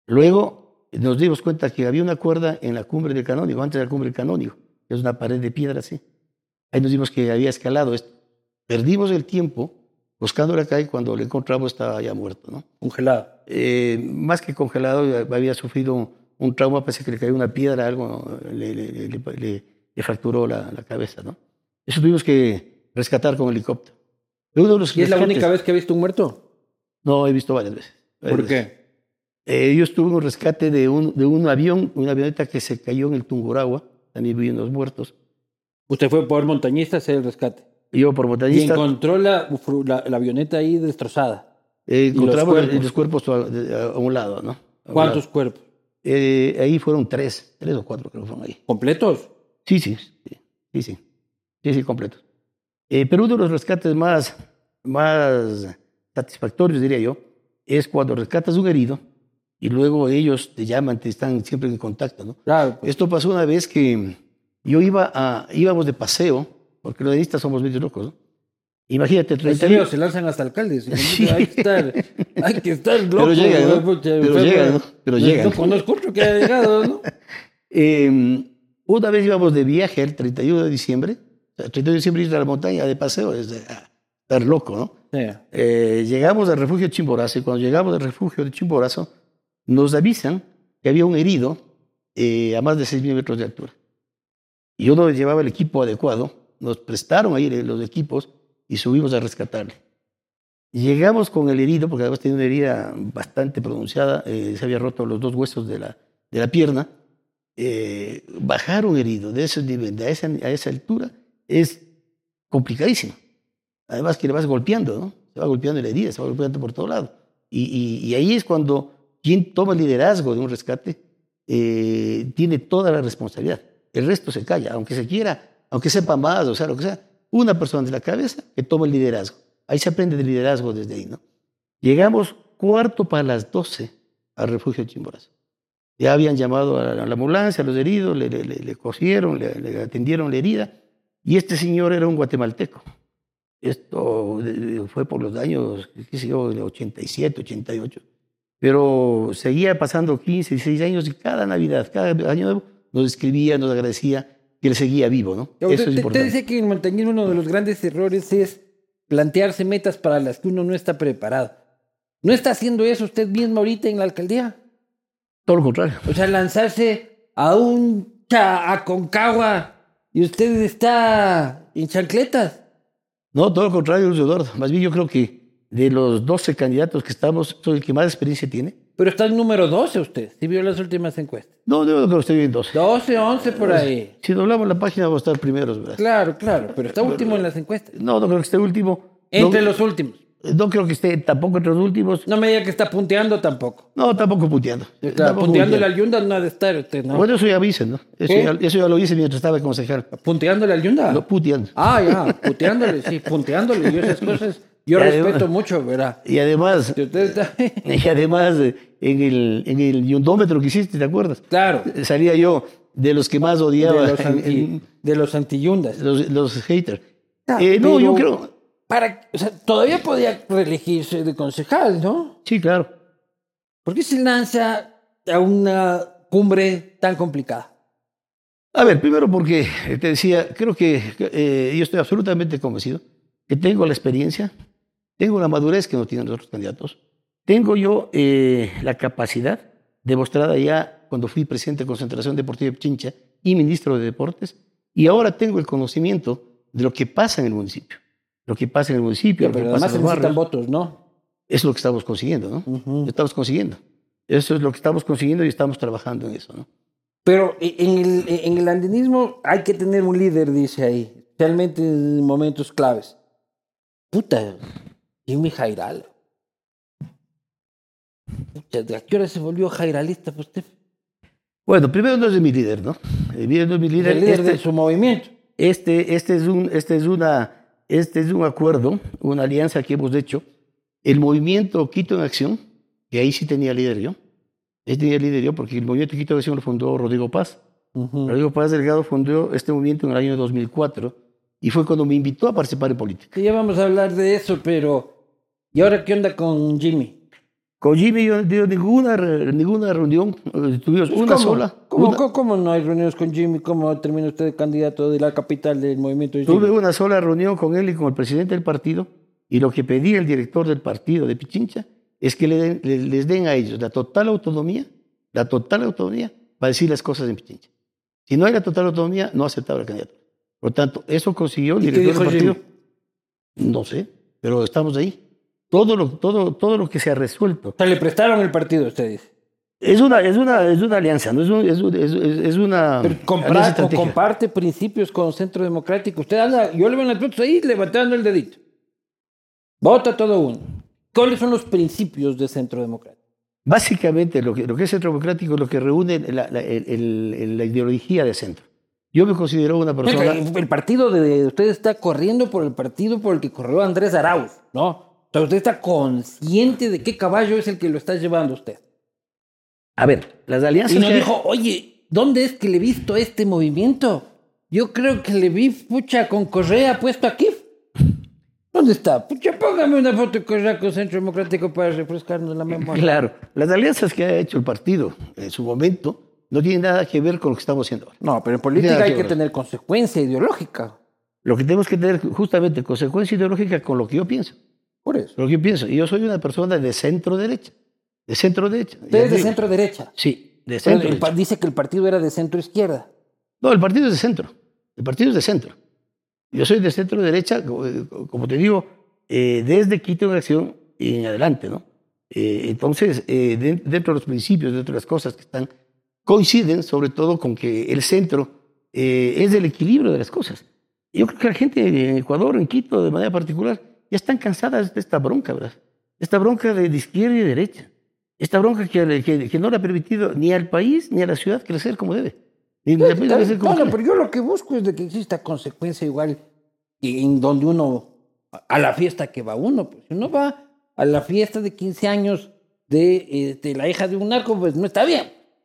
B: Luego nos dimos cuenta que había una cuerda en la cumbre del canónigo, antes de la cumbre del canónigo, que es una pared de piedra así. Ahí nos dimos que había escalado esto. Perdimos el tiempo buscándola acá y cuando lo encontramos estaba ya muerto, ¿no?
A: Congelado.
B: Eh, más que congelado, ya había sufrido un, un trauma, parece que le cayó una piedra, algo le, le- le- le- le- le fracturó la, la cabeza, ¿no? Eso tuvimos que rescatar con helicóptero. Uno de los
A: ¿Y es la
B: rescates-
A: única vez que ha visto un muerto?
B: No, he visto varias veces. varias
A: ¿Por
B: veces.
A: qué?
B: Eh, yo estuve en un rescate de un, de un avión, una avioneta que se cayó en el Tungurahua, también vi unos muertos.
A: Usted fue por montañista a hacer el rescate.
B: Y Yo por
A: Y
B: botanista
A: encontró la, fru- la- la avioneta ahí destrozada.
B: eh,
A: los
B: encontramos los
A: cuerpos.
B: cuerpos, a, de- a un lado, ¿no? A un
A: ¿Cuántos
B: lado.
A: cuerpos?
B: Eh, ahí fueron tres, tres o cuatro creo que fueron ahí.
A: ¿Completos?
B: Sí, sí, sí, sí, sí, sí, sí, completo. Eh, pero uno de los rescates más, más satisfactorios, diría yo, es cuando rescatas un herido y luego ellos te llaman, te están siempre en contacto, ¿no?
A: Claro. pues.
B: Esto pasó una vez que yo iba a, íbamos de paseo, porque los denistas somos medios locos, ¿no? Imagínate,
A: En
B: 30
A: serio, se lanzan hasta alcaldes. Hay que estar, hay que estar loco. pues,
B: llegan, ¿no?
A: güey, pucha,
B: Pero llegan, ¿no? Pero llegan.
A: No conozco otro que haya llegado, ¿no?
B: Eh, una vez íbamos de viaje el 31 de diciembre, o sea, el 31 de diciembre ir a la montaña de paseo, es de, ah, estar loco, ¿no?
A: Sí.
B: Eh, llegamos al refugio de Chimborazo y cuando llegamos al refugio de Chimborazo nos avisan que había un herido eh, a más de 6.000 metros de altura. Y yo no llevaba el equipo adecuado, nos prestaron ahí los equipos y subimos a rescatarle. Llegamos con el herido, porque además tenía una herida bastante pronunciada, eh, se había roto los dos huesos de la, de la pierna. Eh, bajar un herido de, ese nivel, de esa, a esa altura es complicadísimo. Además que le vas golpeando, ¿no? Se va golpeando la herida, se va golpeando por todo lado. Y, y, y ahí es cuando quien toma el liderazgo de un rescate eh, tiene toda la responsabilidad. El resto se calla, aunque se quiera, aunque sepa más, o sea, lo que sea. Una persona de la cabeza que toma el liderazgo. Ahí se aprende de liderazgo desde ahí, ¿no? Llegamos cuarto para las 12 al refugio de Chimborazo. Ya habían llamado a la, a la ambulancia, a los heridos, le, le, le, le cosieron, le, atendieron la herida. Y este señor era un guatemalteco. Esto fue por los años, qué sé yo, 87, 88. Pero seguía pasando 15, 16 años y cada Navidad, cada año nuevo, nos escribía, nos agradecía que él seguía vivo, ¿no?
A: Usted, Eso es importante. Usted dice que en montañismo uno de los grandes errores es plantearse metas para las que uno no está preparado. ¿No está haciendo eso usted mismo ahorita en la alcaldía?
B: Todo lo contrario.
A: O sea, lanzarse a un cha a Concagua y usted está en chancletas.
B: No, todo lo contrario, Luis Eduardo. Más bien yo creo que de los 12 candidatos que estamos, soy el que más experiencia tiene.
A: Pero está en número 12 usted, si vio las últimas encuestas.
B: No, no, creo que estoy en 12.
A: 12, 11 por ahí.
B: Si doblamos la página va a estar primeros, ¿verdad?
A: Claro, claro, pero está último en las encuestas.
B: No, no creo que esté último.
A: Entre
B: no,
A: los últimos.
B: No creo que esté tampoco entre los últimos.
A: No me diga que está punteando tampoco.
B: No, tampoco punteando.
A: Claro, tampoco punteando la yunda no ha de estar usted, ¿no?
B: Eh, Bueno, eso ya avisen, ¿no? Eso, ya, eso ya, lo hice mientras estaba de concejal.
A: ¿Punteando la yunda?
B: No, puteando.
A: Ah, ya, puteándole, sí, puteándole. Y esas cosas yo y respeto además, mucho, ¿verdad?
B: Y además, y además en, el, en el yundómetro que hiciste, ¿te acuerdas?
A: Claro.
B: Salía yo de los que más odiaba.
A: De los, anti, en,
B: de
A: los antiyundas.
B: Los, los haters. Ah, eh, no, yo creo...
A: Para, o sea, todavía podía reelegirse de concejal, ¿no?
B: Sí, claro.
A: ¿Por qué se lanza a una cumbre tan complicada?
B: A ver, primero porque eh, te decía, creo que eh, yo estoy absolutamente convencido que tengo la experiencia, tengo la madurez que no tienen los otros candidatos. Tengo yo eh, la capacidad demostrada ya cuando fui presidente de Concentración Deportiva de Pichincha y ministro de Deportes. Y ahora tengo el conocimiento de lo que pasa en el municipio. Lo que pasa en el municipio.
A: Sí, pero
B: lo que
A: además pasa en los votos, Mm. ¿no?
B: Es lo que estamos consiguiendo, ¿no? Uh -huh. Estamos consiguiendo. Eso es lo que estamos consiguiendo y estamos trabajando en eso, ¿no?
A: Pero e, en el, en el andinismo hay que tener un líder, dice ahí, especialmente en momentos claves. Puta, Jimmy Jairal. ¿A qué hora se volvió jairalista Pues usted?
B: Bueno, primero no es de mi líder, ¿no? El líder no es mi líder.
A: El líder este, de su movimiento.
B: Este, este, es un, este, es una, este es un acuerdo, una alianza que hemos hecho. El movimiento Quito en Acción, que ahí sí tenía líder yo. Ahí tenía líder yo porque el movimiento Quito en Acción lo fundó Rodrigo Paz. Uh -huh. Rodrigo Paz Delgado fundó este movimiento en el año 2004 y fue cuando me invitó a participar en política.
A: Sí, ya vamos a hablar de eso, pero ¿Y ahora qué onda con Jimmy?
B: Con Jimmy yo no tengo ninguna, ninguna reunión, tuvimos pues una
A: ¿cómo?
B: sola.
A: ¿Cómo,
B: una...
A: ¿cómo, ¿Cómo, no hay reuniones con Jimmy? ¿Cómo termina usted de candidato de la capital del movimiento? De
B: Tuve una sola reunión con él y con el presidente del partido y lo que pedía el director del partido de Pichincha es que le den, le, les den a ellos la total autonomía, la total autonomía para decir las cosas en Pichincha. Si no hay la total autonomía, no aceptaba el candidato. Por lo tanto, eso consiguió el director del partido. Jimmy? No sé, pero estamos ahí todo lo, todo, todo lo que se ha resuelto.
A: O sea, le prestaron el partido a ustedes.
B: Es una, es una, es una alianza, ¿no? Es, un, es, un, es, es, una.
A: Pero comprar, o comparte principios con Centro Democrático. Usted anda, yo le veo en las fotos ahí levantando el dedito. Vota todo uno. ¿Cuáles son los principios de Centro Democrático?
B: Básicamente, lo que, lo que es Centro Democrático es lo que reúne la, la, el, el, la ideología de centro. Yo me considero una persona.
A: Oiga, el partido de ustedes está corriendo por el partido por el que corrió Andrés Arauz, ¿no? Entonces, usted está consciente de qué caballo es el que lo está llevando usted.
B: A ver, las alianzas.
A: Y nos que... dijo, oye, ¿dónde es que le he visto este movimiento? Yo creo que le vi, pucha, con Correa puesto aquí. ¿Dónde está? Pucha, póngame una foto de Correa con Centro Democrático para refrescarnos la memoria.
B: Claro, las alianzas que ha hecho el partido en su momento no tienen nada que ver con lo que estamos haciendo ahora.
A: No, pero en política no hay que, que tener consecuencia ideológica.
B: Lo que tenemos que tener justamente consecuencia ideológica con lo que yo pienso.
A: Por eso.
B: Lo que yo pienso. Yo soy una persona de centro derecha. De centro derecha.
A: Usted es de centro derecha.
B: Sí, de centro
A: el, el, Dice que el partido era de centro izquierda.
B: No, el partido es de centro. El partido es de centro. Yo soy de centro derecha, como te digo, eh, desde Quito en acción y en adelante, ¿no? Eh, entonces, eh, dentro de los principios, dentro de las cosas que están, coinciden sobre todo con que el centro eh, es el equilibrio de las cosas. Yo creo que la gente en Ecuador, en Quito, de manera particular, ya están cansadas de esta bronca, ¿verdad? Esta bronca de, de izquierda y derecha. Esta bronca que, que, que, no le ha permitido ni al país ni a la ciudad crecer como debe. Ni
A: pues, le crecer como claro, pero yo lo que busco es de que exista consecuencia igual en donde uno, a la fiesta que va uno, pues si uno va a la fiesta de 15 años de, de la hija de un narco, pues no está bien.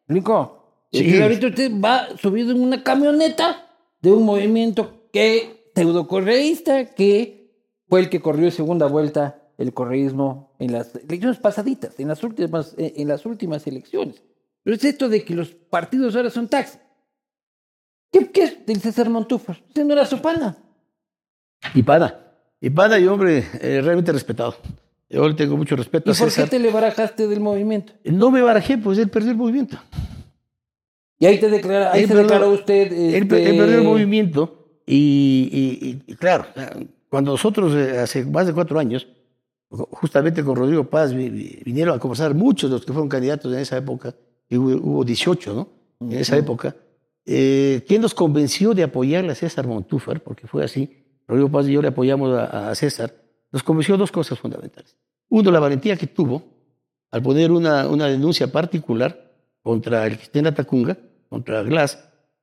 A: ¿Explico? Sí. ahorita usted va subido en una camioneta de un movimiento que pseudocorreísta, que fue el que corrió en segunda vuelta el correísmo en las elecciones pasaditas, en las últimas, eh, en las últimas elecciones. Pero es esto de que los partidos ahora son taxis. ¿Qué, qué es del César Montúfar? Usted no era su pana.
B: Y pana. Y pana y hombre eh, realmente respetado. Yo le tengo mucho respeto
A: ¿Y
B: a César.
A: por qué te le barajaste del movimiento?
B: No me barajé, pues él perdió el movimiento.
A: Y ahí te declara, ahí
B: él
A: se
B: perdió,
A: declaró usted.
B: Este... Él, perdió el movimiento y, y, y claro, cuando nosotros eh, hace más de cuatro años justamente con Rodrigo Paz vinieron a conversar muchos de los que fueron candidatos en esa época, y hubo 18, ¿no? En uh -huh. esa época. Eh, ¿Quién nos convenció de apoyarle a César Montúfar? Porque fue así. Rodrigo Paz y yo le apoyamos a, a César. Nos convenció dos cosas fundamentales. Uno, la valentía que tuvo al poner una, una denuncia particular contra el que está en la Tacunga, contra Glass.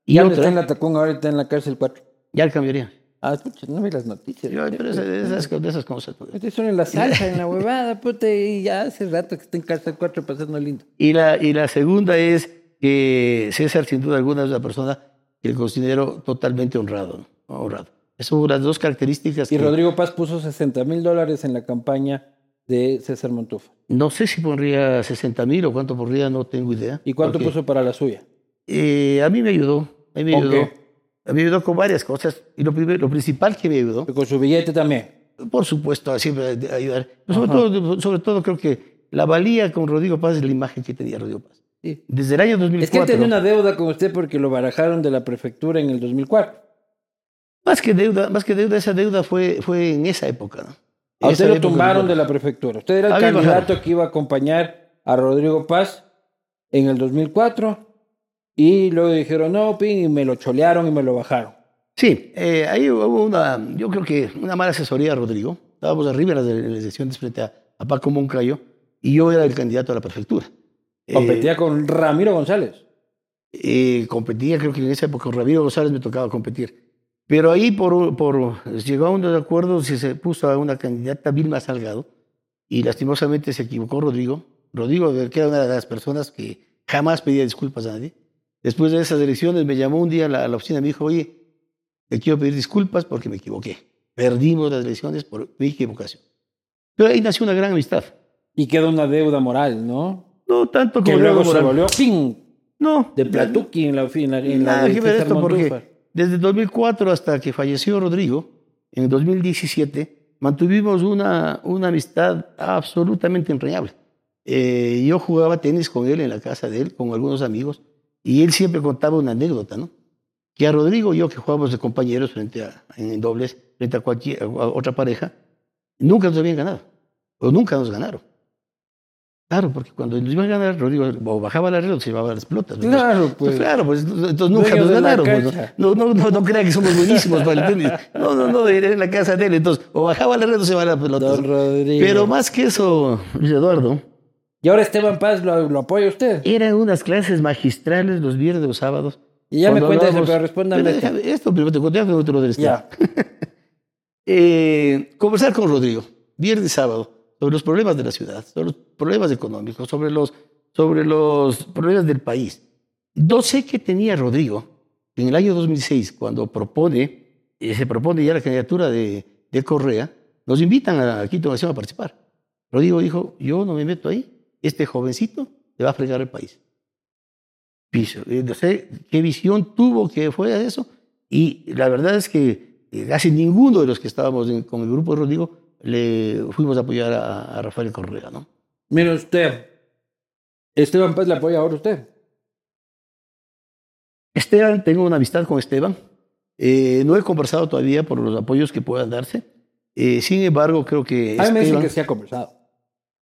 A: Y ya otra, está en la Tacunga, ahora está en la cárcel 4.
B: Ya le cambiaría.
A: Ah, escucha, no vi las noticias.
B: Yo, pero esas, esas, esas cosas.
A: Estoy solo en la salsa, en la huevada, puta, y ya hace rato que está en cárcel 4 pasando lindo.
B: Y la, y la segunda es que César, sin duda alguna, es una persona que le considero totalmente honrado. honrado. Esas son las dos características.
A: Y que, Rodrigo Paz puso 60 mil dólares en la campaña de César Montufa.
B: No sé si pondría 60 mil o cuánto pondría, no tengo idea.
A: ¿Y cuánto
B: porque,
A: puso para la suya?
B: Eh, a mí me ayudó. A mí me ayudó. Okay. Me ayudó con varias cosas. Y lo, primero, lo principal que me ayudó.
A: Con su billete también.
B: Por supuesto, siempre ayudar. Pero sobre, todo, sobre todo, creo que la valía con Rodrigo Paz es la imagen que tenía Rodrigo Paz. Sí. Desde el año 2004.
A: Es que él tenía una deuda con usted porque lo barajaron de la prefectura en el 2004.
B: Más que deuda, más que deuda esa deuda fue, fue en esa época. ¿no?
A: A usted lo tumbaron de la prefectura. Usted era el Había candidato bajado. que iba a acompañar a Rodrigo Paz en el 2004. Y luego dijeron, no, pin, y me lo cholearon y me lo bajaron.
B: Sí, eh, ahí hubo una, yo creo que una mala asesoría, Rodrigo. Estábamos arriba en las elecciones frente a, a, Paco Moncayo y yo era el candidato a la prefectura.
A: ¿Competía eh, con Ramiro González?
B: Eh, competía, creo que en esa época con Ramiro González me tocaba competir. Pero ahí por, por, llegó a un desacuerdo si se puso a una candidata Vilma Salgado y lastimosamente se equivocó Rodrigo. Rodrigo, que era una de las personas que jamás pedía disculpas a nadie. Después de esas elecciones me llamó un día a la, la, oficina y me dijo, oye, te quiero pedir disculpas porque me equivoqué. Perdimos las elecciones por mi equivocación. Pero ahí nació una gran amistad.
A: Y queda una deuda moral, ¿no?
B: No tanto como
A: que luego moral. se volvió ¡ping!
B: No.
A: De Platuki en la oficina. En la,
B: en la esto porque desde 2004 hasta que falleció Rodrigo, en 2017, mantuvimos una, una amistad absolutamente entrañable. Eh, yo jugaba tenis con él en la casa de él, con algunos amigos. Y él siempre contaba una anécdota, ¿no? Que a Rodrigo y yo, que jugábamos de compañeros frente a, en dobles, frente a cualquier a otra pareja, nunca nos habían ganado. O nunca nos ganaron. Claro, porque cuando nos iban a ganar, Rodrigo o bajaba la red o se llevaba las pelotas. ¿no?
A: Claro, pues. pues.
B: Claro, pues entonces nunca nos ganaron. Pues, no, no, no, no crean que somos buenísimos para el tenis. No, no, no, era en la casa de él. Entonces, o bajaba la red o se llevaba las pelotas.
A: Don Rodrigo.
B: Pero más que eso, Luis Eduardo,
A: y ahora Esteban Paz lo, lo, apoya usted.
B: Eran unas clases magistrales los viernes o sábados.
A: Y ya me cuenta eso, pero respóndame.
B: Pero déjame, esto primero te conté, pero te lo del Ya. eh, conversar con Rodrigo, viernes y sábado, sobre los problemas de la ciudad, sobre los problemas económicos, sobre los, sobre los problemas del país. No sé qué tenía Rodrigo en el año 2006, cuando propone, eh, se propone ya la candidatura de, de Correa, nos invitan a Quito Nación a participar. Rodrigo dijo, yo no me meto ahí, este jovencito le va a fregar el país. Piso. eh, No sé qué visión tuvo que fue a eso. Y la verdad es que eh, casi ninguno de los que estábamos en, con el grupo de Rodrigo le fuimos a apoyar a, a, Rafael Correa, ¿no?
A: Mire usted, Esteban Paz le apoya ahora usted.
B: Esteban, tengo una amistad con Esteban. Eh, no he conversado todavía por los apoyos que puedan darse. Eh, sin embargo, creo que.
A: A mí Ah, me dicen
B: Esteban-
A: que se ha conversado.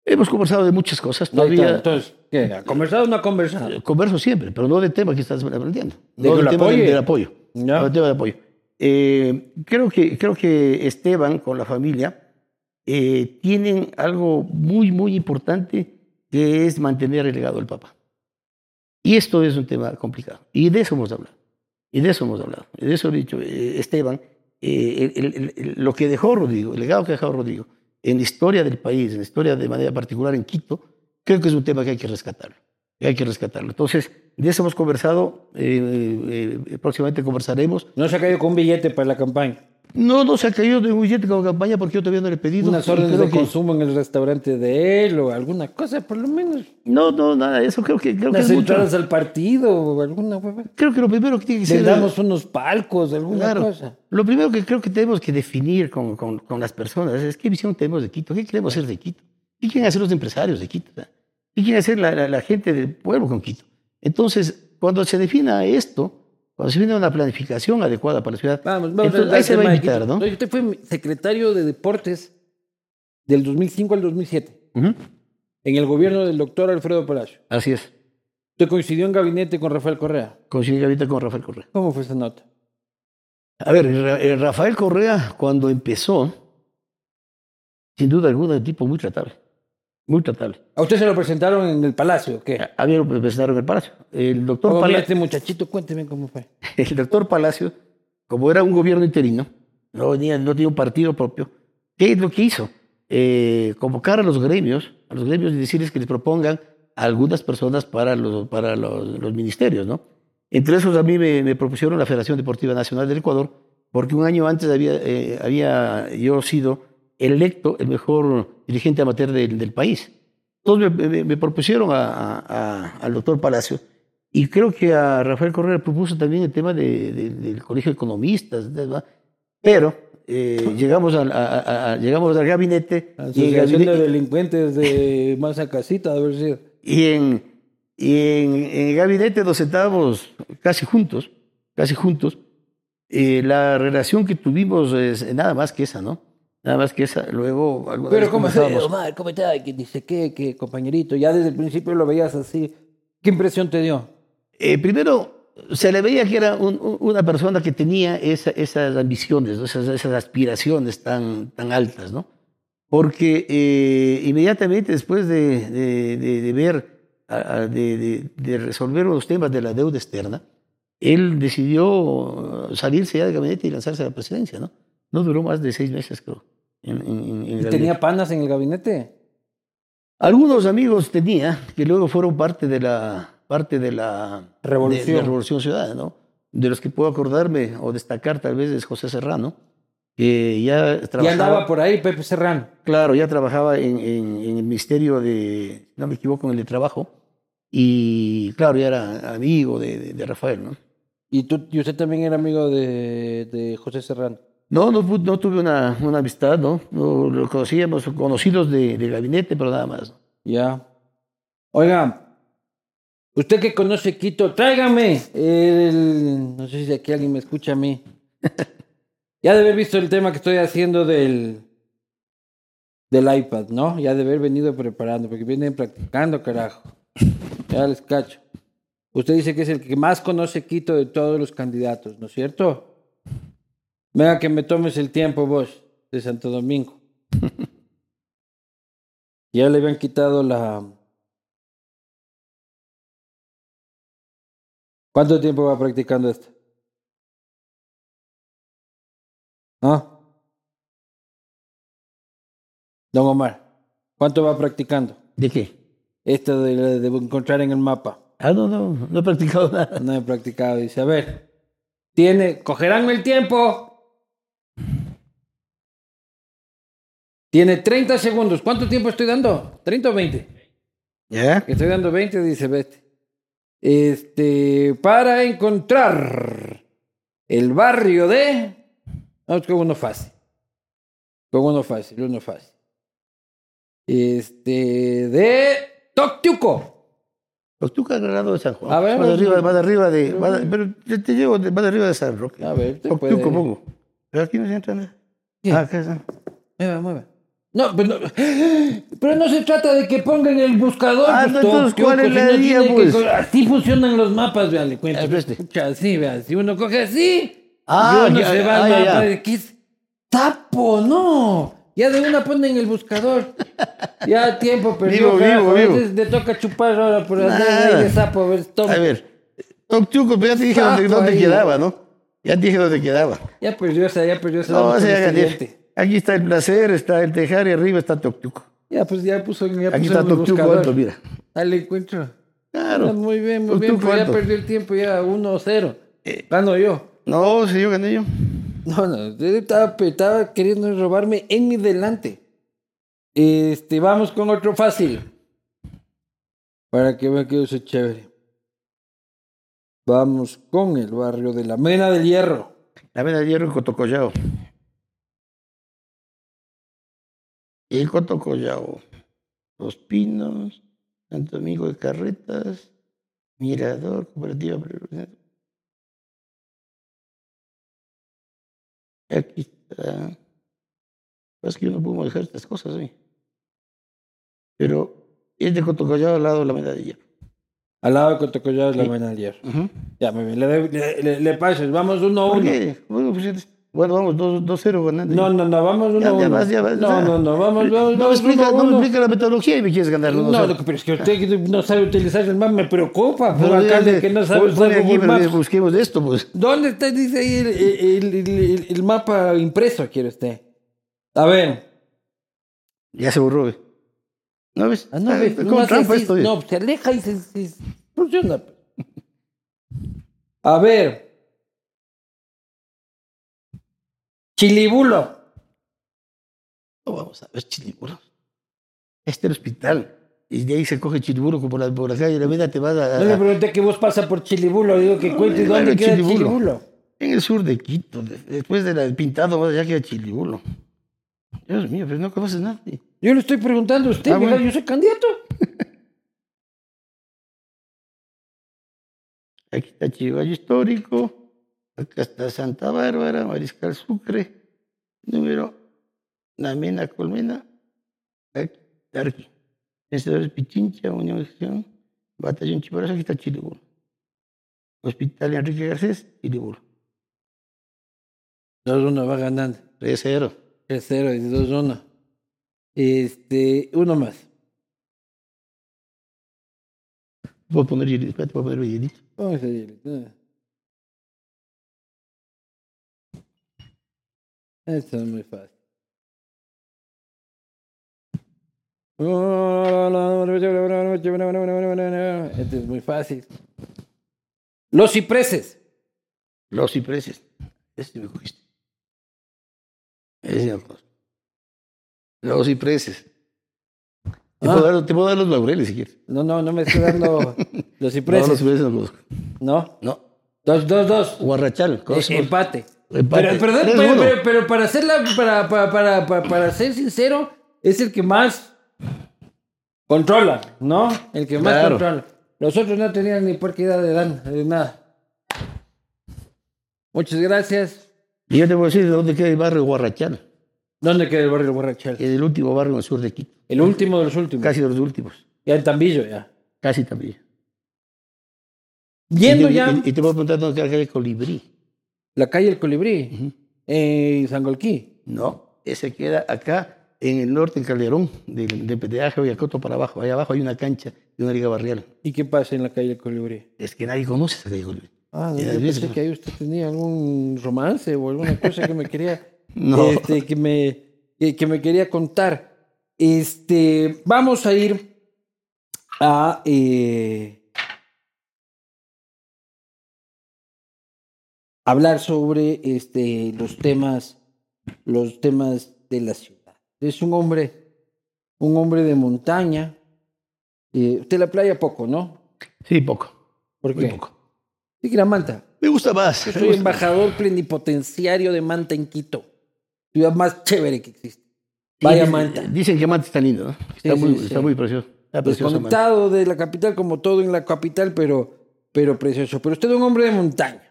B: Hemos conversado de muchas cosas.
A: Ahí está,
B: Todavía
A: Entonces, ¿qué? ¿Ha conversado o no ha conversado?
B: converso siempre, pero no del tema que estás planteando.
A: De
B: no
A: que
B: del
A: lo
B: tema
A: apoye.
B: del, del apoyo.
A: Ya.
B: No del tema del apoyo. Eh, creo, que, creo que Esteban con la familia eh, tienen algo muy, muy importante que es mantener el legado del Papa. Y esto es un tema complicado. Y de eso hemos hablado. Y de eso hemos hablado. Y de eso he dicho, eh, Esteban, eh, el- el- el- lo que dejó Rodrigo, el legado que dejó Rodrigo en la historia del país, en la historia de manera particular en Quito, creo que es un tema que hay que rescatarlo. que hay que rescatarlo. Entonces, de eso hemos conversado, eh, eh, próximamente conversaremos.
A: No se ha caído con un billete para la campaña.
B: No nos ha caído de un billete como campaña porque yo todavía no le he pedido.
A: Unas
B: y
A: órdenes
B: creo
A: de
B: que-
A: consumo en el restaurante de él o alguna cosa, por lo menos.
B: No, no, nada, de eso creo que, creo que
A: Unas
B: es mucho.
A: entradas al partido o alguna hueva.
B: Creo que lo primero que tiene que ser...
A: Vendamos unos palcos, alguna
B: Claro.
A: cosa.
B: Lo primero que creo que tenemos que definir con, con- con las personas es qué visión tenemos de Quito, qué queremos ser de Quito, qué quieren hacer los empresarios de Quito, ¿verdad? qué quieren hacer la, la- la gente del pueblo con Quito. Entonces, cuando se defina esto, cuando se define una planificación adecuada para la ciudad,
A: Vamos, vamos
B: entonces,
A: al
B: ahí se va
A: tema
B: a
A: de
B: invitar,
A: Quito.
B: ¿no?
A: Oye, Usted fue mi- secretario de Deportes del 2005 al 2007,
B: Ujú,
A: en el gobierno del doctor Alfredo Palacio.
B: Así es.
A: Usted coincidió en gabinete con Rafael Correa.
B: Coincidir ahorita con Rafael Correa.
A: ¿Cómo fue esa nota?
B: A ver, Ra- eh, Rafael Correa, cuando empezó, sin duda alguna, un tipo muy tratable. Muy tratable. Eh,
A: A usted se lo presentaron en el Palacio, ¿o ¿qué?
B: A mí me presentaron en el palacio. El doctor
A: ¿Cómo
B: Pala-
A: mira este muchachito? Cuénteme cómo fue.
B: el doctor Palacio, como era un gobierno interino, no, venía- no tenía un partido propio, ¿qué es lo que hizo? Eh, convocar a los gremios, a los gremios y decirles que les propongan a algunas personas para los, para los, los ministerios, ¿no? Entre esos a mí me, me propusieron la Federación Deportiva Nacional del Ecuador, porque un año antes había, eh, había yo sido electo el mejor dirigente amateur del, del país. Entonces me, me- me propusieron a- a- a- al doctor Palacio y creo que a Rafael Correa le propuso también el tema de- de- del Colegio de Economistas, ¿verdad? pero eh, llegamos, al, a- a- a- llegamos al gabinete y el
A: Asociación de
B: gabinete-
A: delincuentes de Masa Casita, de haber sido.
B: y en, y en, en el gabinete nos sentábamos casi juntos, casi juntos. Eh, la relación que tuvimos es nada más que esa, ¿no? Nada más que esa. Luego, alguna vez
A: Pero ¿cómo se
B: conversábamos.
A: Omar, ¿cómo está? Y Que dice, ¿qué, qué, compañerito? Ya desde el principio lo veías así. ¿Qué impresión te dio?
B: Eh, primero, se le veía que era un- un- una persona que tenía esa- esas ambiciones, ¿no? esas, esas aspiraciones tan, tan altas, ¿no? Porque eh, inmediatamente después de, de- de- de ver, a- a- de, de- de resolver los temas de la deuda externa, él decidió salirse ya del gabinete y lanzarse a la presidencia, ¿no? No duró más de seis meses, creo. en- en- en- en el
A: ¿Y
B: gabinete.
A: tenía panas en el gabinete?
B: Algunos amigos tenía que luego fueron parte de la parte de la
A: Revolución.
B: de la revolución ciudadana, ¿no? De los que puedo acordarme o destacar tal vez es José Serrano, que ya
A: Y
B: trabajaba,
A: andaba por ahí Pepe Serrano.
B: claro, ya trabajaba en, en- en el Ministerio de, no me equivoco, en el de Trabajo, y claro, ya era amigo de, de- de Rafael, ¿no?
A: Y, tú, y usted también era amigo de, de José Serrano.
B: No, no, pu- no tuve una, una amistad, ¿no? No, Lo conocíamos, conocidos de, del gabinete, pero nada más. ¿no?
A: Ya. Oiga, usted que conoce Quito, tráigame el... No sé si aquí alguien me escucha a mí. ya de haber visto el tema que estoy haciendo del... Del iPad, ¿no? Ya de haber venido preparando, porque vienen practicando, carajo. Ya les cacho. Usted dice que es el que más conoce Quito de todos los candidatos, ¿no es cierto? Venga, que me tomes el tiempo vos, de Santo Domingo. Ya le habían quitado la. ¿Cuánto tiempo va practicando esto? ¿Ah? Don Omar, ¿cuánto va practicando?
B: ¿De qué?
A: Esto de, de encontrar en el mapa.
B: Ah, no, no, no he practicado nada.
A: No he practicado. Dice, a ver, tiene, cogeránme el tiempo. Tiene 30 segundos. ¿Cuánto tiempo estoy dando? ¿30 o 20?
B: ¿Ya?
A: Que estoy dando 20, dice Vete. Este, para encontrar el barrio de. Vamos con uno fácil. Con uno fácil, uno fácil. Este, de Toctiuco.
B: Pues tú que has ganado de San Juan.
A: A ver,
B: va de
A: a ver.
B: arriba, va de arriba de. va de- pero te, te llevo, de- va de arriba de San Roque.
A: A ver, te
B: Octuco,
A: puede-
B: pongo. Pero aquí no se entra nada.
A: Sí.
B: Ah, acá está.
A: Mueva, mueva. No, pero no, pero no se trata de que pongan el buscador.
B: Ah,
A: pues,
B: entonces,
A: Tokio,
B: ¿cuál es
A: pues,
B: la
A: uno
B: guía,
A: tiene que
B: pues?
A: co- así funcionan los mapas, vean, le cuento.
B: Ah, pero este.
A: Pucha, Así, vean, si uno coge así,
B: Ah,
A: y uno
B: ya,
A: se va
B: ah,
A: al
B: ya,
A: mapa
B: ya.
A: de que es tapo, no. Ya de una ponen el buscador. Ya tiempo perdido.
B: Vivo,
A: carajo.
B: vivo,
A: A
B: vivo.
A: veces le toca chupar ahora por andar
B: Nada.
A: ahí de sapo, a ver, toma.
B: A ver. Octuco, pero ya te dije
A: Saco
B: dónde, dónde
A: ahí.
B: quedaba, ¿no? Ya te dije dónde quedaba.
A: Ya perdió esa, ya perdió esa.
B: No,
A: vamos
B: o
A: con
B: sea,
A: el
B: gané.
A: siguiente.
B: Aquí está el placer, está el tejar y arriba está Toctuco.
A: Ya, pues ya puso, ya
B: Aquí
A: puso
B: está
A: el
B: Toctuco
A: buscador.
B: alto, mira.
A: Al encuentro. Ah,
B: Claro.
A: muy bien, muy bien.
B: Toctuco
A: Pues ya
B: alto.
A: perdió el tiempo, ya 1-0.
B: Eh.
A: Gano yo.
B: No, si yo gané yo.
A: No, no, usted estaba, estaba queriendo robarme en mi delante. Este, vamos con otro fácil. Para que vean que yo soy chévere. Vamos con el barrio de la Mena del Hierro.
B: La vena de hierro en Cotocollao. Y el Cotocollao. Los Pinos, Santo Domingo de Carretas, Mirador, Cooperativa. Previdencial. Aquí está. Pues Es que yo no puedo dejar estas cosas, ¿sí? Pero es de Cotocollao al lado de la vena de hierro.
A: Al lado de Cotocollado es la
B: Sí.
A: Mena del Hierro.
B: Ujú.
A: Ya, muy bien, le, doy- le, le- le pasas, vamos 1-1. Uno, a
B: ¿Por
A: uno.
B: qué? Bueno, pues, es- bueno, vamos, 2-0 dos, dos cero ganando.
A: No, no, no, vamos 1-1.
B: Ya,
A: Uno, a
B: ya
A: uno.
B: vas, ya vas,
A: no,
B: ya.
A: no, no, vamos, vamos,
B: No me,
A: vamos. uno
B: explica,
A: a
B: no me
A: uno.
B: explica la metodología y me quieres ganar. No,
A: No, lo que- pero es que usted no sabe utilizar el mapa, me preocupa. Por
B: Pero
A: alcalde
B: ya,
A: que no sabe
B: pon-
A: usar
B: ponle aquí,
A: Google
B: pero
A: Maps.
B: busquemos de esto, pues.
A: ¿Dónde está, dice ahí, el, el- el- el- el mapa impreso, quiere usted? A ver.
B: Ya se borró. ve. ¿No ves?
A: Ah, no,
B: Ah,
A: ve,
B: ¿Cómo
A: no hace
B: trampa
A: así,
B: esto? ve?
A: no, se aleja y se, se- funciona. A ver. Chilibulo.
B: No, vamos a ver, Chiliburo. Este el hospital. Y de ahí se coge Chiliburo como por, la, por acá y la vida te va a...
A: No le pregunté que vos pasa por Chilibulo, digo que cuente
B: eh,
A: dónde
B: bueno,
A: queda
B: Chilibulo.
A: Chilibulo.
B: en el sur de Quito, de- después de la- del pintado, ya queda Chiliburo. Dios mío, pero no conoces nada. ve.
A: Yo le estoy preguntando a usted,
B: Ah,
A: mira,
B: bueno.
A: yo soy candidato.
B: Aquí está Chivayo Histórico. Acá está Santa Bárbara, Mariscal Sucre. Número Namena Colmena. Aquí está Arqui. Vencedores Pichincha, Unión de Gestión. Batallón Chiparazo, aquí está Chilibur. Hospital Enrique Garcés, Chilibur.
A: Dos uno va ganando.
B: 3-0.
A: 3-0 y 2-1. Este, uno más.
B: Voy a poner hielito, espérate, voy a poner hielito.
A: Vamos a ir. Esto es muy fácil. Este es muy fácil. Los cipreses.
B: Los cipreses. Este me cogiste. Ese me cogiste. Los cipreses. Te,
A: Ah.
B: puedo dar, te puedo dar los laureles si quieres.
A: No, no, no me estoy dando los
B: No, los
A: cipreses.
B: cipreses no conozco.
A: No.
B: No.
A: Dos, dos, dos.
B: Guarrachal,
A: Eh,
B: Cosmos.
A: Empate.
B: Empate.
A: Pero, perdón,
B: Tres,
A: pero,
B: uno.
A: pero- pero para, ser la- para, para, para, para, para ser sincero, es el que más controla, ¿no? El que más
B: Claro.
A: controla. Los otros no tenían ni por qué idea de, dan- de nada. Muchas gracias.
B: Y yo te voy a decir de dónde queda el barrio Guarrachal,
A: ¿Dónde queda el barrio Borrachal?
B: que es el último barrio en el sur de Quito,
A: El último de los últimos.
B: casi de los últimos,
A: Ya en Tambillo, ya.
B: casi también.
A: Yendo
B: y te,
A: ya
B: Y, y te voy a preguntar dónde queda la calle Colibrí.
A: la calle El Colibrí, en Sangolquí.
B: No, ese queda acá en el norte, en Calderón, de, de Peteaje, Oyacoto para abajo. Allá abajo hay una cancha y una liga barrial.
A: ¿Y qué pasa en la calle El Colibrí?
B: Es que nadie conoce esa calle Colibrí.
A: Ah, no,
B: Y
A: yo
B: ahí ves,
A: pensé
B: ¿no?
A: que ahí usted tenía algún romance o alguna cosa que me quería,
B: No.
A: este, que me, que, que me quería contar. Este, vamos a ir a eh, hablar sobre este, los temas, los temas de la ciudad. Es un hombre, un hombre de montaña. Eh, usted la playa poco, ¿no?
B: Sí, poco,
A: ¿Por
B: muy
A: qué?
B: poco.
A: Sí, que la manta.
B: Me gusta más.
A: Yo
B: me
A: soy
B: gusta
A: embajador plenipotenciario de Manta en Quito. Ciudad más chévere que existe.
B: más.
A: Vaya
B: Dicen-
A: Manta.
B: Dicen que Manta está lindo, ¿no? Está,
A: sí,
B: muy,
A: sí. Pues
B: está muy precioso. Ah, precioso,
A: desconectado de la capital, como todo en la capital, pero, pero precioso. Pero usted es un hombre de montaña.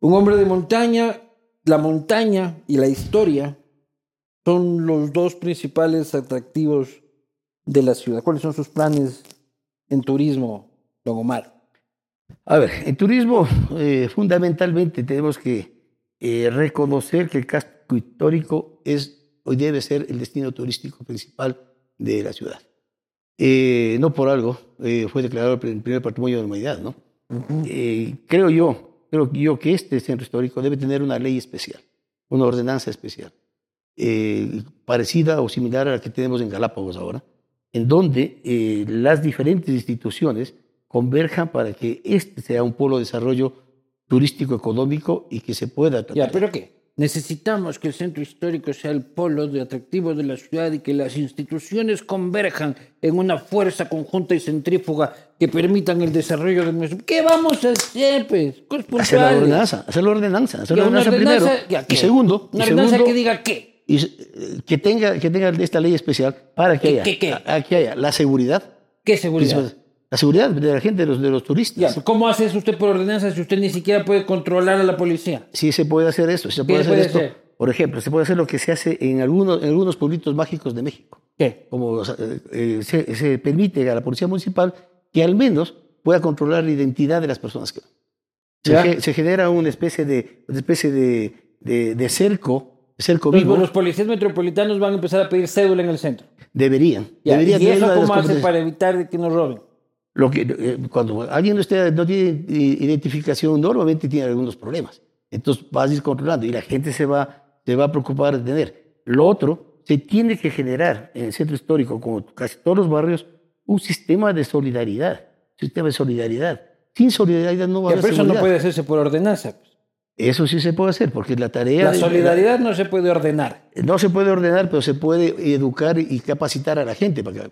A: Un hombre de montaña, la montaña y la historia son los dos principales atractivos de la ciudad. ¿Cuáles son sus planes en turismo, don Omar?
B: A ver, en turismo eh, fundamentalmente tenemos que eh, reconocer que el casco histórico es hoy debe ser el destino turístico principal de la ciudad. Eh, no por algo eh, fue declarado el primer patrimonio de la humanidad, ¿no? Eh, creo yo, creo yo que este centro histórico debe tener una ley especial, una ordenanza especial, eh, parecida o similar a la que tenemos en Galápagos ahora, en donde eh, las diferentes instituciones converjan para que este sea un polo de desarrollo turístico económico y que se pueda tratar.
A: Ya, pero ¿qué? Necesitamos que el centro histórico sea el polo de atractivos de la ciudad y que las instituciones converjan en una fuerza conjunta y centrífuga que permitan el desarrollo de nuestro... ¿Qué vamos a hacer, pues? Cosas
B: hacer la
A: puntuales.
B: ordenanza, hacer la ordenanza, hacer
A: Ya,
B: la
A: una
B: ordenanza primero
A: ordenanza, ya, ¿qué?
B: y segundo, y
A: Una ordenanza
B: segundo,
A: que diga qué.
B: y se- eh, que tenga que tenga esta ley especial para que
A: ¿Qué-
B: haya
A: qué- qué?
B: a- a que haya la seguridad,
A: ¿Qué seguridad?
B: principal- la seguridad de la gente de los de los
A: Ya,
B: turistas.
A: ¿Cómo hace eso usted por ordenanza si usted ni siquiera puede controlar a la policía?
B: Si se puede hacer esto, si se puede
A: se
B: hacer
A: puede
B: esto.
A: hacer?
B: Por ejemplo, se puede hacer lo que se hace en algunos en algunos pueblitos mágicos de México.
A: ¿Qué?
B: como o sea, eh, eh, se, se permite a la policía municipal que al menos pueda controlar la identidad de las personas que van. Se,
A: Ya.
B: ge- se genera una especie de, una especie de, de, de cerco, cerco
A: Los,
B: vivo.
A: los policías metropolitanos van a empezar a pedir cédula en el centro.
B: Deberían.
A: Ya,
B: deberían
A: ¿Y
B: tener una
A: eso
B: de las
A: cómo hace
B: competencias.
A: para evitar de que nos roben?
B: Lo que, eh, cuando alguien no, esté- no tiene i- identificación, normalmente tiene algunos problemas. Entonces vas a ir controlando y la gente se va, se va a preocupar de tener. Lo otro, se tiene que generar en el centro histórico, como casi todos los barrios, un sistema de solidaridad. Sistema de solidaridad. Sin solidaridad no va a
A: Ya,
B: haber
A: pero eso no
B: seguridad.
A: puede hacerse por ordenanza. pues.
B: Eso sí se puede hacer, porque la tarea...
A: La
B: de-
A: solidaridad no se puede ordenar.
B: No se puede ordenar, pero se puede educar y capacitar a la gente. Para que,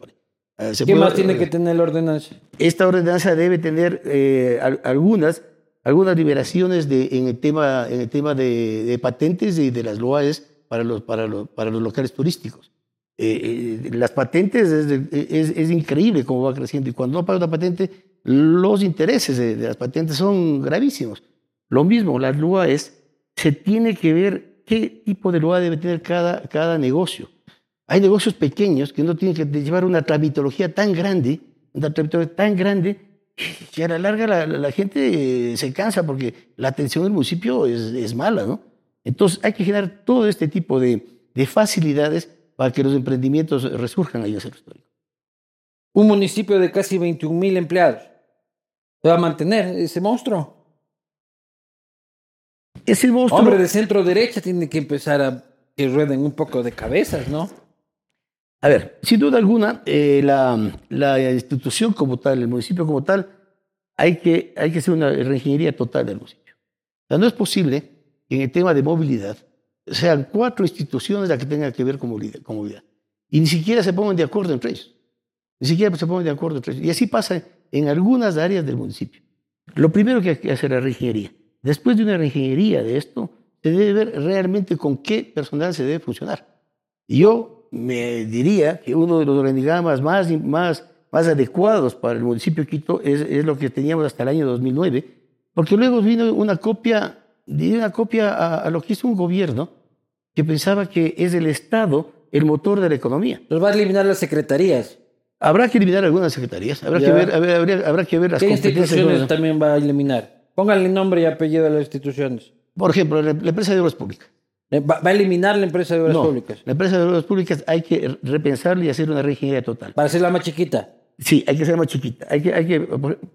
B: eh, se
A: ¿Qué
B: puede-
A: más tiene que tener la ordenanza?
B: esta ordenanza debe tener eh, al- algunas, algunas liberaciones de, en el tema, en el tema de, de patentes y de las loas para los, para los, para los locales turísticos. Eh, eh, las patentes es, de- es- es increíble cómo va creciendo y cuando no pagas la patente, los intereses de, de las patentes son gravísimos. Lo mismo, las loas se tiene que ver qué tipo de loa debe tener cada, cada negocio. Hay negocios pequeños que no tienen que llevar una tramitología tan grande, una tramitología tan grande, que a la larga la, la- la gente eh, se cansa porque la atención del municipio es, es mala, ¿no? Entonces hay que generar todo este tipo de, de facilidades para que los emprendimientos resurjan ahí en el centro histórico.
A: Un municipio de casi 21 mil empleados. ¿Se va a mantener ese monstruo?
B: Ese monstruo,
A: Hombre de centro derecha tiene que empezar a que rueden un poco de cabezas, ¿no?
B: a ver, sin duda alguna, eh, la, la institución como tal, el municipio como tal, hay que, hay que hacer una reingeniería total del municipio. O sea, no es posible que en el tema de movilidad sean cuatro instituciones las que tengan que ver con movilidad, con movilidad. Y ni siquiera se pongan de acuerdo entre ellos. Ni siquiera se pongan de acuerdo entre ellos. Y así pasa en algunas áreas del municipio. Lo primero que hay que hacer es la reingeniería. Después de una reingeniería de esto, se debe ver realmente con qué personal se debe funcionar. Y yo me diría que uno de los organigramas más, más, más adecuados para el municipio de Quito es, es lo que teníamos hasta el año 2009, porque luego vino una copia, di una copia a, a lo que hizo un gobierno que pensaba que es el Estado el motor de la economía.
A: Los va a eliminar las secretarías.
B: Habrá que eliminar algunas secretarías, habrá, que
A: Ya.
B: ver, habrá, habría- habrá que ver las
A: ¿Qué
B: competencias. de
A: instituciones
B: una-
A: también va a eliminar? Pónganle nombre y apellido a las instituciones.
B: Por ejemplo, la, la empresa de obras públicas.
A: Eh, Va, va a eliminar la empresa de obras
B: No,
A: públicas
B: la empresa de obras públicas hay que repensarla y hacer una reingeniería total.
A: para hacerla más chiquita.
B: Sí, hay que ser más chiquita. Hay que, hay que,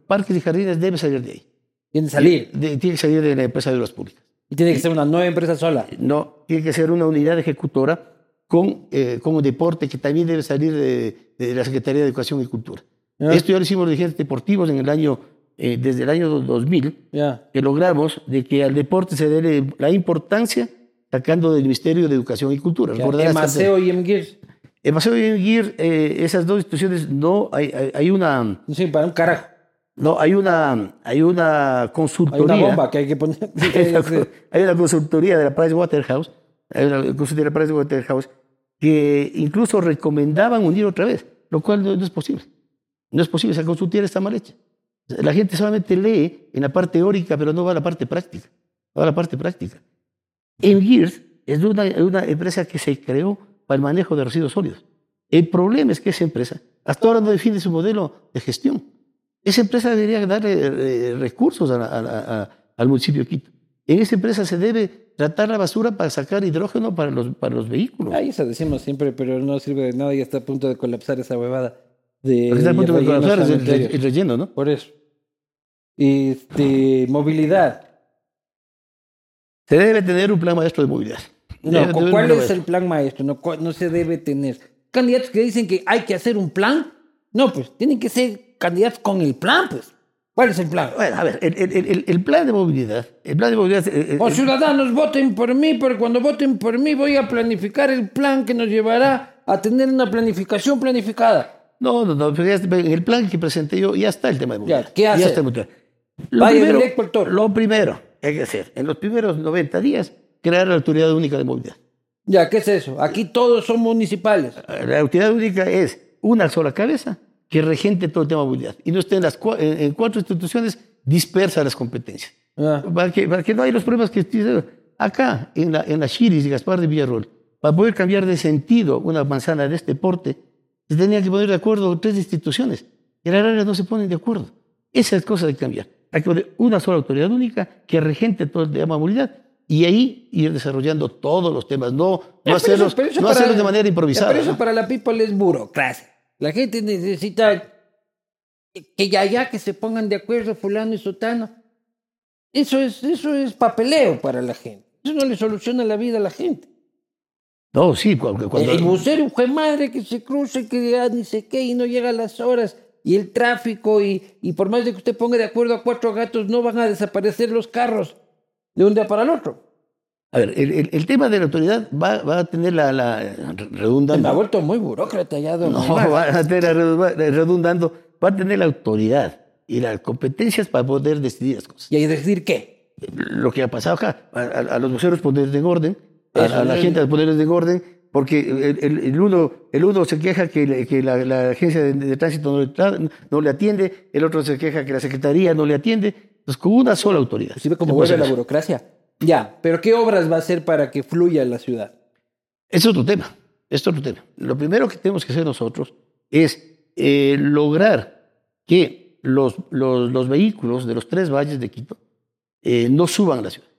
B: parques y jardines deben salir de ahí.
A: Tiene que salir.
B: De- tiene que salir de la empresa de obras públicas.
A: Y tiene que ser una nueva empresa sola.
B: No, tiene que ser una unidad ejecutora con, eh, con deporte que también debe salir de, de la Secretaría de Educación y Cultura.
A: Ah.
B: Esto ya lo hicimos los dirigentes deportivos en el año, eh, desde el año 2000,
A: Ya.
B: que logramos de que al deporte se dé la importancia sacando del Ministerio de Educación y Cultura. Recordarás que antes-
A: Emaseo y Emguir.
B: El Maceo y el Guir, eh, esas dos instituciones, no, hay- hay- hay una...
A: No sé, para un carajo.
B: No, hay una, hay una
A: Hay una
B: consultoría.
A: bomba que hay que poner.
B: Hay una co- hay una consultoría de la Price Waterhouse, hay una consultoría de la Price Waterhouse que incluso recomendaban unir otra vez lo cual no, no es posible. No es posible, esa consultiera está mal hecha. La gente solamente lee en la parte teórica, pero no va a la parte práctica. No va a la parte práctica. Engears es una, una empresa que se creó para el manejo de residuos sólidos. El problema es que esa empresa hasta ahora no define su modelo de gestión. Esa empresa debería darle eh, recursos a la- a la- a- al municipio de Quito. En esa empresa se debe tratar la basura para sacar hidrógeno para los, para los vehículos.
A: Ahí se decimos siempre, pero no sirve de nada y está a punto de colapsar esa huevada. De,
B: Porque está el punto de
A: rellenos
B: colapsar, es el,
A: sanitarios.
B: el relleno, ¿no?
A: Por eso. Este, movilidad.
B: Se debe tener un plan maestro de movilidad.
A: No,
B: Debe tener un
A: ¿Cuál
B: plan
A: es el plan maestro? No, cu- no se debe tener. Candidatos que dicen que hay que hacer un plan. No, pues tienen que ser candidatos con el plan, pues. ¿Cuál es el plan?
B: Bueno, a ver, el, el- el- el- el plan de movilidad, el plan de movilidad, eh, eh,
A: O Oh, ciudadanos, voten por mí, pero cuando voten por mí voy a planificar el plan que nos llevará a tener una planificación planificada.
B: no, no, no, pero ya- en el plan que presenté yo ya está el tema de movilidad.
A: Ya, ¿qué hacer?
B: está el movilidad. Lo
A: Vaya
B: primero,
A: directo al toro.
B: lo primero que hay que hacer, en los primeros 90 días, crear la autoridad única de movilidad.
A: Ya, ¿qué es eso? Aquí todos son municipales.
B: La autoridad única es una sola cabeza que regente todo el tema de movilidad y no esté en, las cua- en, en cuatro instituciones dispersas las competencias.
A: Ah.
B: Para, que, para que no haya los problemas que tiene acá, en la, en la Chiris de Gaspar de Villarroel, para poder cambiar de sentido una manzana de este porte, se tenían que poner de acuerdo tres instituciones y las áreas no se ponen de acuerdo. Esas cosas hay que cambiar. Hay que poner una sola autoridad única que regente todo el tema de movilidad y ahí ir desarrollando todos los temas, no, no,
A: Ya, pero
B: hacerlos,
A: eso- pero eso
B: no
A: para-
B: hacerlos de manera improvisada.
A: ya, Pero eso
B: ¿no?
A: para la people es burocracia. La gente necesita que- que ya, ya que se pongan de acuerdo fulano y sotano. Eso es, eso es papeleo para la gente. Eso no le soluciona la vida a la gente.
B: No, sí, cu- cu- cuando,
A: Eh, El busero, fue madre, que se cruce, que ya ni sé qué, y no llega a las horas, y el tráfico, y, y por más de que usted ponga de acuerdo a cuatro gatos, no van a desaparecer los carros de un día para el otro.
B: a ver, el, el- el tema de la autoridad va, va a tener la, la
A: Se me ha
B: redundante.
A: vuelto muy burócrata ya, don
B: No,
A: Omar.
B: va a tener la redu- redundando, va a tener la autoridad y las competencias para poder decidir las cosas.
A: Y hay decir qué.
B: Lo que ha pasado acá, a, a- a los voceros ponerles en orden, a,
A: Eso,
B: a la
A: el-
B: gente ponerles en orden, porque el, el- el uno, el uno se queja que, le- que la, la agencia de, de tránsito no le, tra- no le atiende, el otro se queja que la secretaría no le atiende, entonces con una sola autoridad.
A: Inclusive como
B: se puede
A: vuelve la
B: hacer eso.
A: burocracia. Ya, pero ¿qué obras va a hacer para que fluya la ciudad?
B: Es otro tema, es otro tema. Lo primero que tenemos que hacer nosotros es eh, lograr que los, los, los vehículos de los tres valles de Quito eh, no suban a la ciudad.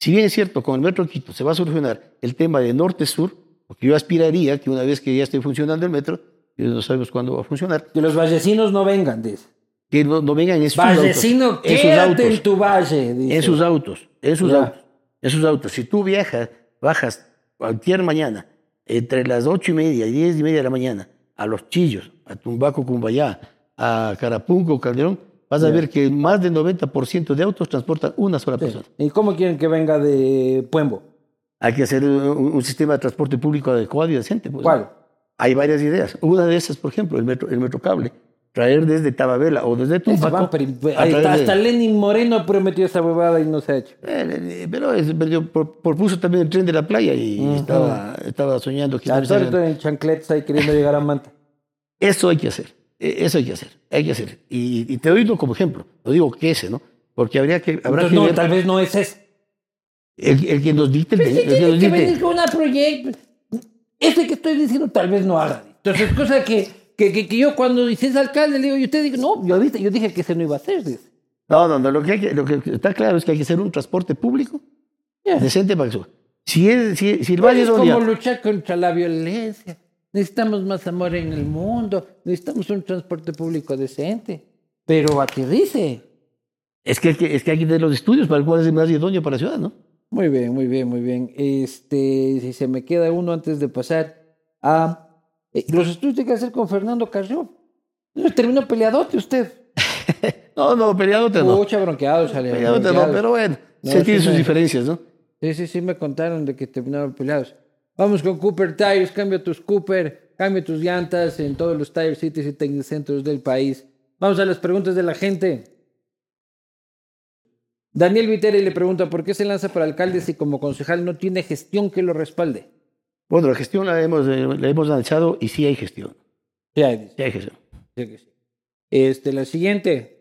B: Si bien es cierto, con el metro de Quito se va a solucionar el tema de norte-sur, porque yo aspiraría que una vez que ya esté funcionando el metro, que no sabemos cuándo va a funcionar,
A: Que los vallecinos no vengan, dice.
B: que no, no vengan en sus
A: Vallecino,
B: autos. En sus
A: quédate
B: autos.
A: en tu valle, dice.
B: En sus autos, en sus
A: Ya.
B: autos, en sus autos. Si tú viajas, bajas cualquier mañana, entre las ocho y media y diez y media de la mañana, a Los Chillos, a Tumbaco, Cumbayá, a Carapunco, Calderón, vas a ver que más del 90% de autos transportan una sola persona.
A: ¿Y cómo quieren que venga de Puembo?
B: Hay que hacer un, un sistema de transporte público adecuado y decente. pues.
A: ¿Cuál?
B: Hay varias ideas. Una de esas, por ejemplo, el metro, el metrocable. Traer desde Tababela o desde
A: Ese
B: Tumbaco.
A: van, pero-
B: a través
A: hasta,
B: de-
A: hasta Lenin Moreno prometió esa huevada y no se ha hecho.
B: Eh, eh, Pero es- pero yo pro- propuso también el tren de la playa y estaba, estaba soñando que...
A: Hasta ahorita en chancletas ahí queriendo llegar a Manta.
B: Eso hay que hacer, eh, eso hay que hacer, hay que hacer. Y, y te doy uno como ejemplo, no digo que ese, ¿no? Porque habría que... Habrá
A: Entonces,
B: que
A: no,
B: ver
A: tal vez no es ese.
B: el, el que nos dicte... El,
A: Pero sí
B: el que
A: tiene
B: nos
A: que
B: dicte.
A: venir con una proyecto. Este que estoy diciendo tal vez no haga. Entonces, cosa que, que, que, que yo cuando dices alcalde le digo, y usted dice, no, yo, dije- yo dije que ese no iba a hacer, dice.
B: No, no, no, lo que, hay que- lo que está claro es que hay que hacer un transporte público
A: Ya.
B: decente para que suba. Si, es, si, si el
A: Eh. Pues
B: Valle
A: es
B: es
A: como
B: donde...
A: luchar contra la violencia. Necesitamos más amor en el mundo. Necesitamos un transporte público decente. Pero aterrice.
B: Es que, hay que- es que hay que tener los estudios para el cual es el más idóneo para la ciudad, ¿no?
A: Muy bien, muy bien, muy bien. Este, si se me queda uno antes de pasar a eh, los estudios que hay que hacer con Fernando Carrión. Terminó peleadote usted.
B: No, no, peleándote no.
A: Mucha bronqueado sale.
B: Peleándote no,
A: bronqueado.
B: pero bueno,
A: No,
B: se
A: sí
B: tienen sus
A: me-
B: diferencias, ¿no?
A: Sí, sí, sí, me contaron de que terminaron peleados. Vamos con Cooper Tires, cambia tus Cooper, cambia tus llantas en todos los Tire Cities y Tecnicentros del país. Vamos a las preguntas de la gente. Daniel Viteri le pregunta, ¿por qué se lanza para alcalde si como concejal no tiene gestión que lo respalde?
B: Bueno, la gestión la hemos, eh, la hemos lanzado y sí hay gestión.
A: Sí, hay, dice,
B: Sí, hay que ser.
A: sí que sí. Este, la siguiente.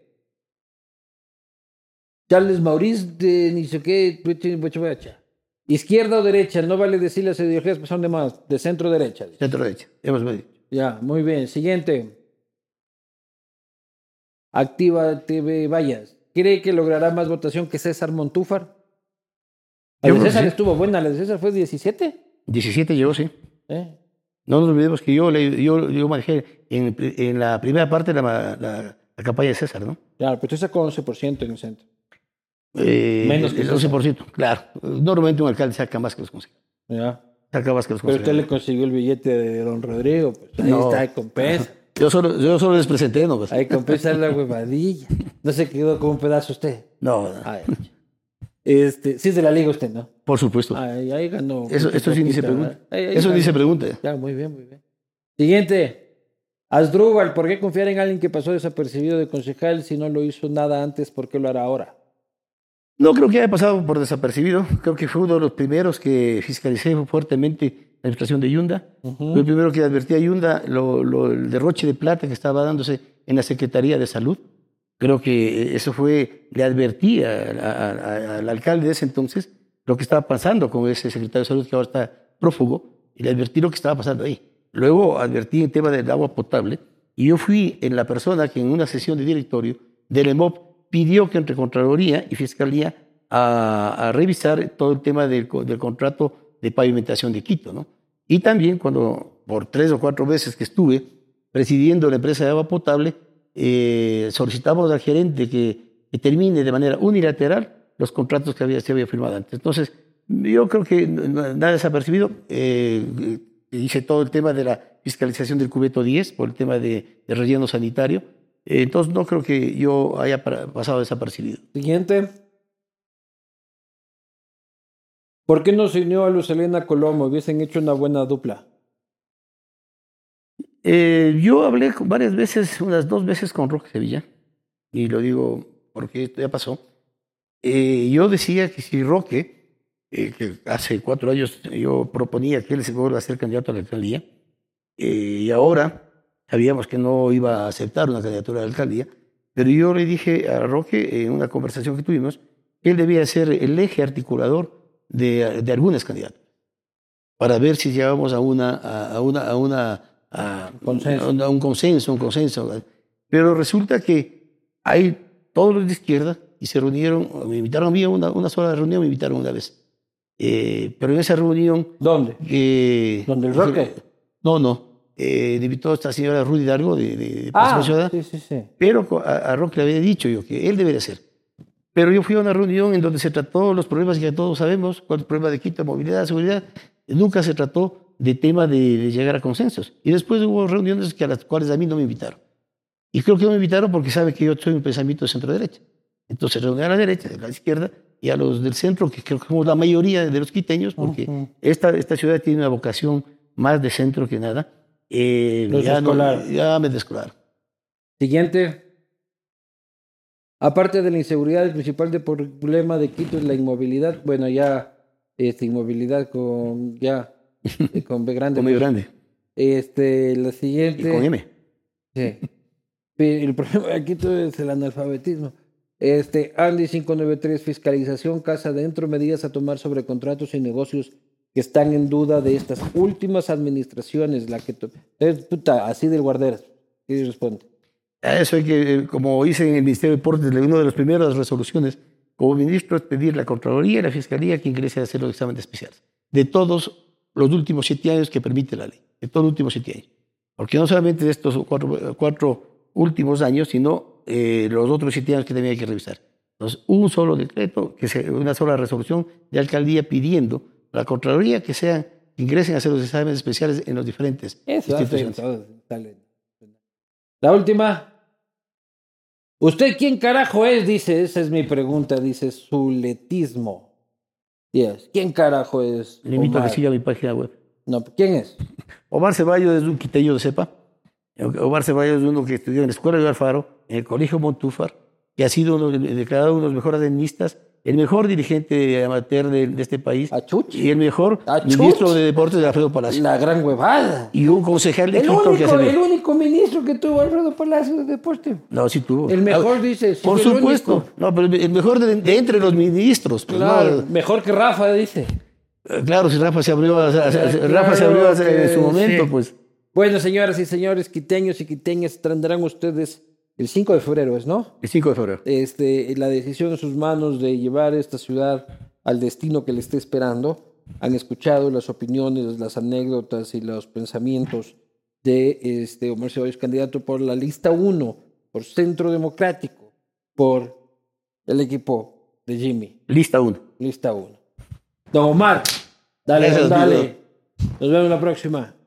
A: Charles Maurice de ni sé qué, pues, Puchi- Puchi- Pucha. izquierda o derecha, no vale decir las ideologías que son de más, de centro derecha. dice.
B: Centro derecha. Hemos dicho.
A: Ya, muy bien. Siguiente. Activa TV Vallas. ¿Cree que logrará más votación que César Montúfar? La
B: Yo
A: de
B: creo que
A: César
B: sí.
A: estuvo buena, la de César fue 17.
B: 17 llegó, sí.
A: ¿eh?
B: No nos olvidemos que yo, le- yo, yo manejé en, en la primera parte la, ma- la- la campaña de César, ¿no?
A: Claro, pero tú sacó 11% en el centro.
B: Eh,
A: Menos que
B: el
A: César.
B: 11%. Claro. Normalmente un alcalde saca más que los consejos.
A: Ya.
B: Saca más que los
A: Pero usted le
B: consejos.
A: consiguió el billete de don Rodrigo. Pues ahí
B: No.
A: está, ahí compensa.
B: Yo solo, yo solo les presenté, ¿no? Pues.
A: Ahí compensa la huevadilla. No se quedó con un pedazo usted.
B: No, no.
A: Ay, este, sí es de la liga usted, ¿no?
B: por supuesto.
A: Ahí, ahí ganó.
B: Pues, Eso, esto sí ni se
A: Poquita,
B: pregunta.
A: ¿verdad? Ahí- ahí
B: Eso ni
A: ganó.
B: se pregunta.
A: Ya, muy bien, muy bien. Siguiente. Asdrúbal, ¿por qué confiar en alguien que pasó desapercibido de concejal si no lo hizo nada antes? ¿Por qué lo hará ahora?
B: No creo que haya pasado por desapercibido. Creo que fue uno de los primeros que fiscalicé fuertemente la administración de Yunda. Fue el primero que advertí a Yunda lo, lo- el derroche de plata que estaba dándose en la Secretaría de Salud. Creo que eso fue, le advertí a- a- a- al alcalde de ese entonces lo que estaba pasando con ese secretario de salud que ahora está prófugo y le advertí lo que estaba pasando ahí. Luego advertí el tema del agua potable y yo fui en la persona que en una sesión de directorio del EMOP pidió que entre Contraloría y Fiscalía a, a revisar todo el tema del, co- del contrato de pavimentación de Quito, ¿no? Y también cuando, por tres o cuatro veces que estuve presidiendo la empresa de agua potable, eh, solicitamos al gerente que, que termine de manera unilateral los contratos que había, se había firmado antes. Entonces, yo creo que n- n- nada desapercibido. Eh, eh, hice todo el tema de la fiscalización del cubeto 10 por el tema de, de relleno sanitario. Eh, entonces, no creo que yo haya para- pasado desapercibido.
A: Siguiente. ¿Por qué no se unió a Luz Helena Colomo? Hubiesen hecho una buena dupla.
B: Eh, yo hablé con- varias veces, unas dos veces con Roque Sevilla, y lo digo porque esto ya pasó. Eh, yo decía que si Roque, eh, que hace cuatro años yo proponía que él se vuelva a ser candidato a la alcaldía, eh, y ahora sabíamos que no iba a aceptar una candidatura a la alcaldía, pero yo le dije a Roque en una conversación que tuvimos que él debía ser el eje articulador de, de algunas candidatas para ver si llegamos a una a, a una a una a,
A: Consenso.
B: a un- a un consenso, un consenso. Pero resulta que hay todos los de izquierda y se reunieron, me invitaron a mí a una, una sola reunión, me invitaron una vez. Eh, pero en esa reunión
A: ¿Dónde?
B: eh,
A: ¿Donde el Roque?
B: No, no. Eh, le invitó a esta señora Rudy Dargo de, de, de
A: Ah,
B: Pasión Ciudadana,
A: sí, sí, sí.
B: pero co- a, a Roque le había dicho yo que él debería ser. Pero yo fui a una reunión en donde se trató los problemas que todos sabemos, cuál es el problema de quita movilidad, seguridad. Nunca se trató de tema de, de llegar a consensos. Y después hubo reuniones que a las cuales a mí no me invitaron. Y creo que no me invitaron porque sabe que yo soy un pensamiento de centro-derecha. Entonces reuní a la derecha, a la izquierda y a los del centro, que creo que somos la mayoría de los quiteños, porque
A: Ujú.
B: esta, esta ciudad tiene una vocación más de centro que nada. Eh,
A: Los
B: ya, no-
A: descolaron.
B: ya me descolaron.
A: Siguiente. Aparte de la inseguridad, el principal de problema de Quito es la inmovilidad. Bueno, ya, este, inmovilidad con, ya, eh, con B grande.
B: Con muy grande.
A: Este, la
B: Y
A: siguiente.
B: con M.
A: Sí. Pe- El problema de Quito es el analfabetismo. Este, Andy 593, fiscalización, casa adentro, medidas a tomar sobre contratos y negocios que están en duda de estas últimas administraciones. La que to- es puta, así del guarderas. ¿Qué responde?
B: A eso hay que, eh, como hice en el Ministerio de Deportes, una de las primeras resoluciones como ministro es pedir a la Contraloría y la Fiscalía que ingrese a hacer los exámenes especiales. De todos los últimos siete años que permite la ley. De todos los últimos siete años. Porque no solamente de estos cuatro, cuatro últimos años, sino eh, los otros siete años que también hay que revisar. Entonces, un solo decreto, que sea una sola resolución de alcaldía pidiendo a la Contraloría que sean que ingresen a hacer los exámenes especiales en los diferentes
A: Eso hace
B: instituciones.
A: todo, sale. La última. ¿Usted quién carajo es? Dice, esa es mi pregunta, dice Zuletismo. Yes. ¿Quién carajo es?
B: Le invito a
A: Omar?
B: que siga mi página web.
A: No, ¿quién es?
B: Omar Ceballos es un quiteño de cepa. Omar Ceballos es uno que estudió en la Escuela de Alfaro, en el Colegio Montúfar, que ha sido uno de- declarado uno de los mejores adenistas el mejor dirigente amateur de, de este país
A: A Chuchi.
B: y el mejor
A: Achuch.
B: ministro de deportes de Alfredo Palacio.
A: La gran huevada.
B: Y un concejal de
A: El
B: Quito que
A: único,
B: hace
A: el único ministro que tuvo Alfredo Palacio de Deporte.
B: No, sí tuvo.
A: El mejor, dices,
B: Por
A: el
B: supuesto.
A: único.
B: No, pero el mejor de, de entre los ministros. pues,
A: Claro,
B: ¿no?
A: mejor que Rafa, dice.
B: Eh, Claro, si Rafa se abrió, o sea, o sea, Rafa
A: Eh, Claro
B: se abrió en
A: que
B: su momento,
A: sí.
B: pues.
A: Bueno, señoras y señores, quiteños y quiteñas, tendrán ustedes el 5 de febrero, ¿es no?
B: El 5 de febrero.
A: Este, la decisión en sus manos de llevar esta ciudad al destino que le esté esperando. Han escuchado las opiniones, las anécdotas y los pensamientos de este Omar Ceballos, candidato por la lista 1, por Centro Democrático, por el equipo de Jimmy.
B: Lista 1.
A: Lista 1. Don Omar, dale,
B: Gracias,
A: dale.
B: Diego.
A: Nos vemos la próxima.